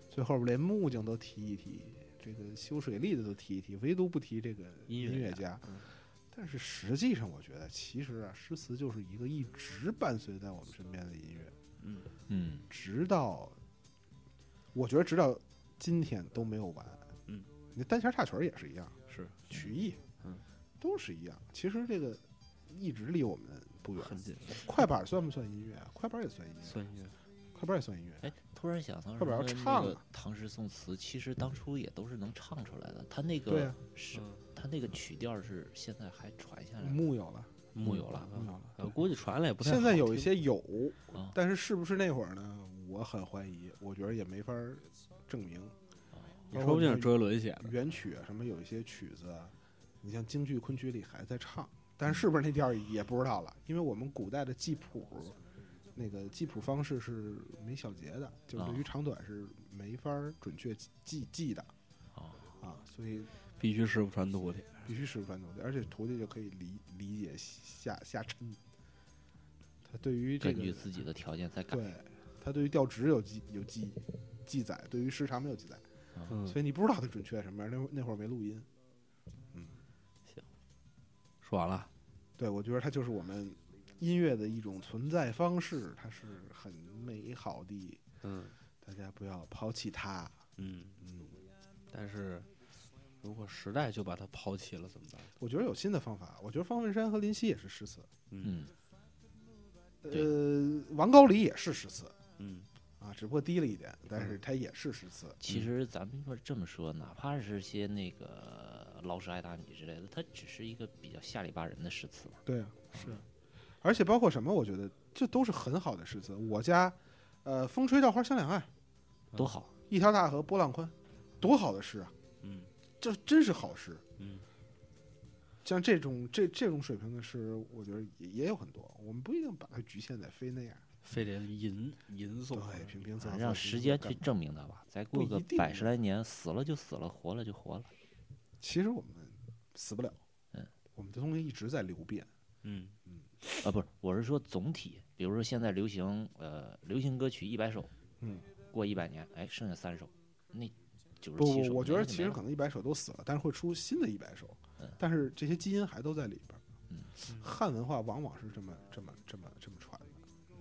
Speaker 4: 最后边连木匠都提一提，这个修水利的都提一提，唯独不提这个
Speaker 2: 音
Speaker 4: 音
Speaker 2: 乐
Speaker 4: 乐
Speaker 2: 家
Speaker 4: 家
Speaker 2: 嗯。
Speaker 4: 但是实际上，我觉得其实啊，诗词就是一个一直伴随在我们身边的音乐。
Speaker 2: 嗯，
Speaker 3: 嗯，
Speaker 4: 直到我觉得直到今天都没有完。
Speaker 2: 嗯，
Speaker 4: 你单弦插曲儿也是一样，
Speaker 2: 是
Speaker 4: 曲艺，
Speaker 2: 嗯，
Speaker 4: 都是一样。其实这个一直离我们不远。
Speaker 2: 很近，
Speaker 4: 快板算不算音乐啊？快板也算音乐，
Speaker 2: 算音乐，
Speaker 4: 快板也算音乐。
Speaker 3: 哎，突然想到
Speaker 4: 快把它
Speaker 3: 什么
Speaker 4: 唱
Speaker 3: 那个
Speaker 4: 了
Speaker 3: 唐诗宋词，其实当初也都是能唱出来的。他那
Speaker 4: 对
Speaker 3: 个
Speaker 4: 啊，
Speaker 3: 是，他那个曲调是现在还传下来的。
Speaker 4: 木有了，
Speaker 2: 木有了，
Speaker 4: 木有了。
Speaker 2: 我估计传了嗯也不太好
Speaker 4: 嗯
Speaker 2: 听。
Speaker 4: 现
Speaker 2: 嗯
Speaker 4: 在有一些有
Speaker 3: 啊，
Speaker 4: 但是是不是那会儿呢？我很怀疑，我觉得也没法儿证明。
Speaker 2: 你哦说不定是周杰伦写的，
Speaker 4: 原曲啊什么有一些曲子啊，你像京剧、昆曲里还在唱，但是是不是那调儿也不知道了，因为我们古代的记谱，那个记谱方式是没小节的，就是
Speaker 3: 啊
Speaker 4: 对于长短是没法儿准确记记的
Speaker 3: 哦
Speaker 4: 啊，所以
Speaker 2: 必须师傅传徒弟。
Speaker 4: 必须是传徒弟，而且徒弟就可以理理解下下抻，他对于这
Speaker 3: 根
Speaker 4: 个
Speaker 3: 据自己的条件再改。
Speaker 4: 对他对于调值有记有记记载，对于时长没有记载，
Speaker 2: 嗯，
Speaker 4: 所以你不知道他准确什么样，那会那会儿没录音。
Speaker 2: 说完了，
Speaker 4: 对，我觉得它就是我们音乐的一种存在方式，它是很美好的，
Speaker 2: 嗯
Speaker 4: 大家不要抛弃它。
Speaker 2: 嗯。
Speaker 4: 嗯，
Speaker 2: 但是如果时代就把它抛弃了，怎么办？
Speaker 4: 我觉得有新的方法。我觉得方文山和林夕也是诗词，
Speaker 3: 嗯，
Speaker 4: 呃，王高黎也是诗词
Speaker 2: 嗯，
Speaker 4: 啊，只不过低了一点，但是它也是诗词。
Speaker 3: 其实咱们说这么说，哪怕是些那个老鼠爱大米之类的，它只是一个比较下里巴人的诗词嘛。
Speaker 4: 对啊，是，而且包括什么，我觉得这都是很好的诗词。我家，呃，风吹稻花香两岸，嗯
Speaker 3: 多好，
Speaker 4: 一条大河波浪宽，多好的诗啊！
Speaker 2: 嗯，
Speaker 4: 这真是好诗。
Speaker 2: 嗯，
Speaker 4: 像这种这这种水平的诗，我觉得也也有很多。我们不一定把它局限在非那样，
Speaker 2: 非得吟吟
Speaker 4: 对
Speaker 2: 诵，，
Speaker 4: 平平仄仄
Speaker 3: 啊让
Speaker 4: 平
Speaker 3: 时
Speaker 4: 平仄
Speaker 3: 间
Speaker 4: 仄
Speaker 3: 去
Speaker 4: 干嘛
Speaker 3: 证明它吧。再过
Speaker 4: 不
Speaker 3: 个
Speaker 4: 一定
Speaker 3: 百十来年，死了就死了，活了就活了。
Speaker 4: 其实我们死不了，
Speaker 3: 嗯，
Speaker 4: 我们的东西一直在流变。
Speaker 2: 嗯
Speaker 3: 呃啊，不是，我是说总体，比如说现在流行，呃，流行歌曲一百首，
Speaker 4: 嗯，
Speaker 3: 过一百年，哎，剩下三首，那九十
Speaker 4: 不
Speaker 3: 七首，
Speaker 4: 不，我觉
Speaker 3: 那
Speaker 4: 得
Speaker 3: 就
Speaker 4: 其
Speaker 3: 没
Speaker 4: 实
Speaker 3: 了
Speaker 4: 可能一百首都死了，但是会出新的一百首
Speaker 3: 嗯，
Speaker 4: 但是这些基因还都在里边儿。
Speaker 3: 嗯
Speaker 4: 汉文化往往是这么这么这么这么传的。嗯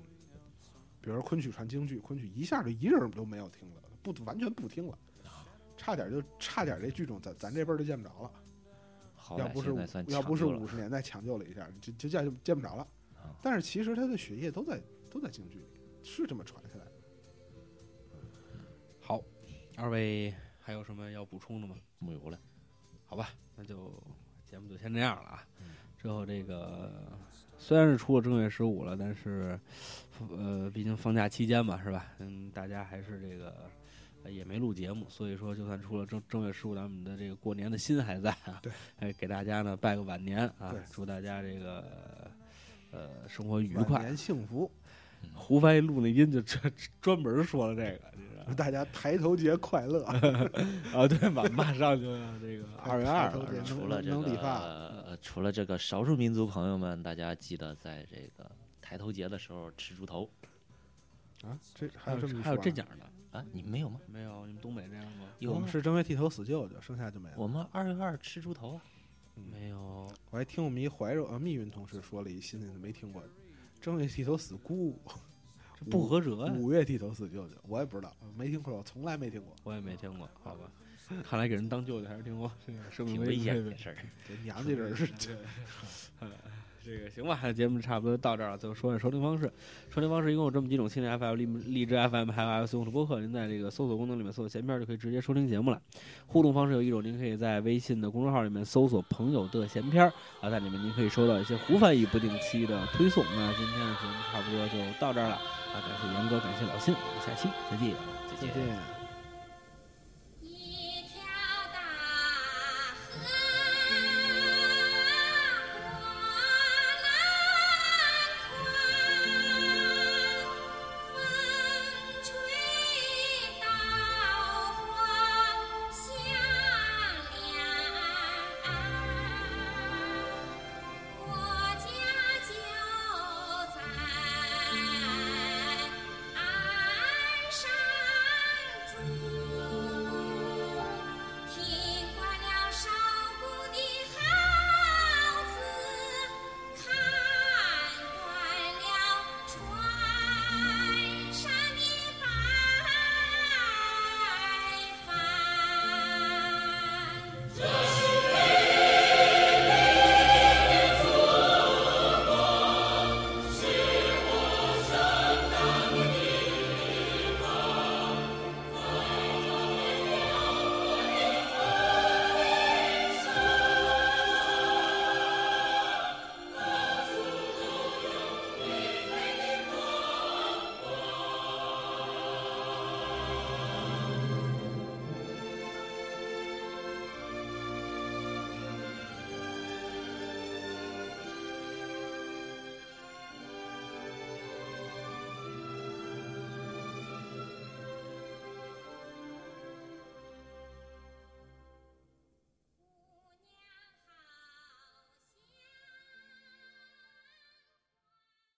Speaker 4: 比如说昆曲传京剧，昆曲一下就一人都没有听了，不完全不听了，
Speaker 3: 啊
Speaker 4: 差点就差点这剧种咱咱这辈儿就见不着了。
Speaker 3: 好
Speaker 4: 要
Speaker 3: 歹
Speaker 4: 不是
Speaker 3: 现
Speaker 4: 五
Speaker 3: 在算
Speaker 4: 要
Speaker 3: 抢
Speaker 4: 不是
Speaker 3: 救了
Speaker 4: 五十年代抢救了一下，就就见就见不着了
Speaker 3: 啊。
Speaker 4: 但是其实他的血液都在都在京剧里，是这么传下来的。
Speaker 8: 好，二位还有什么要补充的吗？
Speaker 3: 木有了，
Speaker 8: 好吧，那就节目就先这样了啊
Speaker 3: 嗯。
Speaker 8: 之后这个
Speaker 2: 虽然是出了正月十五了，但是，呃，毕竟放假期间嘛，是吧？嗯，大家还是这个、呃也没录节目，所以说就算出了正正月十五，咱们的这个过年的心还在啊。
Speaker 4: 对，
Speaker 2: 哎，给大家呢拜个晚年啊
Speaker 4: 对，
Speaker 2: 祝大家这个呃生活愉
Speaker 4: 晚
Speaker 2: 快。
Speaker 4: 年幸福，
Speaker 2: 胡翻译录那音就专专门说了这个，你知道吗
Speaker 4: 大家抬头节快 乐。
Speaker 2: 啊，对吧？马上就要这个二月二
Speaker 4: 抬头
Speaker 2: 了，
Speaker 4: 节
Speaker 2: 是吧
Speaker 3: 除
Speaker 4: 能
Speaker 3: 了这
Speaker 4: 能理
Speaker 3: 个
Speaker 4: 发，
Speaker 3: 呃除了这个少数民族朋友们，大家记得在这个抬头节的时候吃猪头
Speaker 4: 啊，这
Speaker 8: 还
Speaker 4: 还有这
Speaker 8: 有
Speaker 4: 么
Speaker 8: 还有这
Speaker 4: 讲，
Speaker 8: 讲的，
Speaker 3: 啊，你们没有吗？
Speaker 8: 没有你们东北这样吗？
Speaker 3: 有
Speaker 4: 我
Speaker 3: 吗
Speaker 4: 们？是正月剃头死舅舅，剩下就没了。
Speaker 3: 我们二月二吃猪头啊，
Speaker 4: 嗯
Speaker 8: 没有，
Speaker 4: 我还听我们一怀柔呃密云同事说了一新的，没听过，正月剃头死姑，
Speaker 8: 这不合辙呀、
Speaker 4: 五月剃头死舅舅，我也不知道，没听过，我从来没听过。
Speaker 8: 我也没听过，
Speaker 3: 嗯
Speaker 8: 好吧。看来给人当舅舅还是挺我生命
Speaker 3: 挺危险的事儿。
Speaker 4: 这娘家人是
Speaker 2: 这个行吧，节目差不多到这儿了。最后说一下收听方式，收听方式一共有这么几种：蜻蜓 FM、荔荔枝 FM，还有 iOS 用户的播客。您在这个搜索功能里面搜索“闲篇”就可以直接收听节目了。互动方式有一种，您可以在微信的公众号里面搜索“朋友的闲篇”，啊，在里面您可以收到一些胡翻译不定期的推送。那今天的节目差不多就到这儿了，啊，感谢严哥，感谢老信，我们下期再见。
Speaker 3: 再
Speaker 4: 再
Speaker 3: 见。
Speaker 4: 见。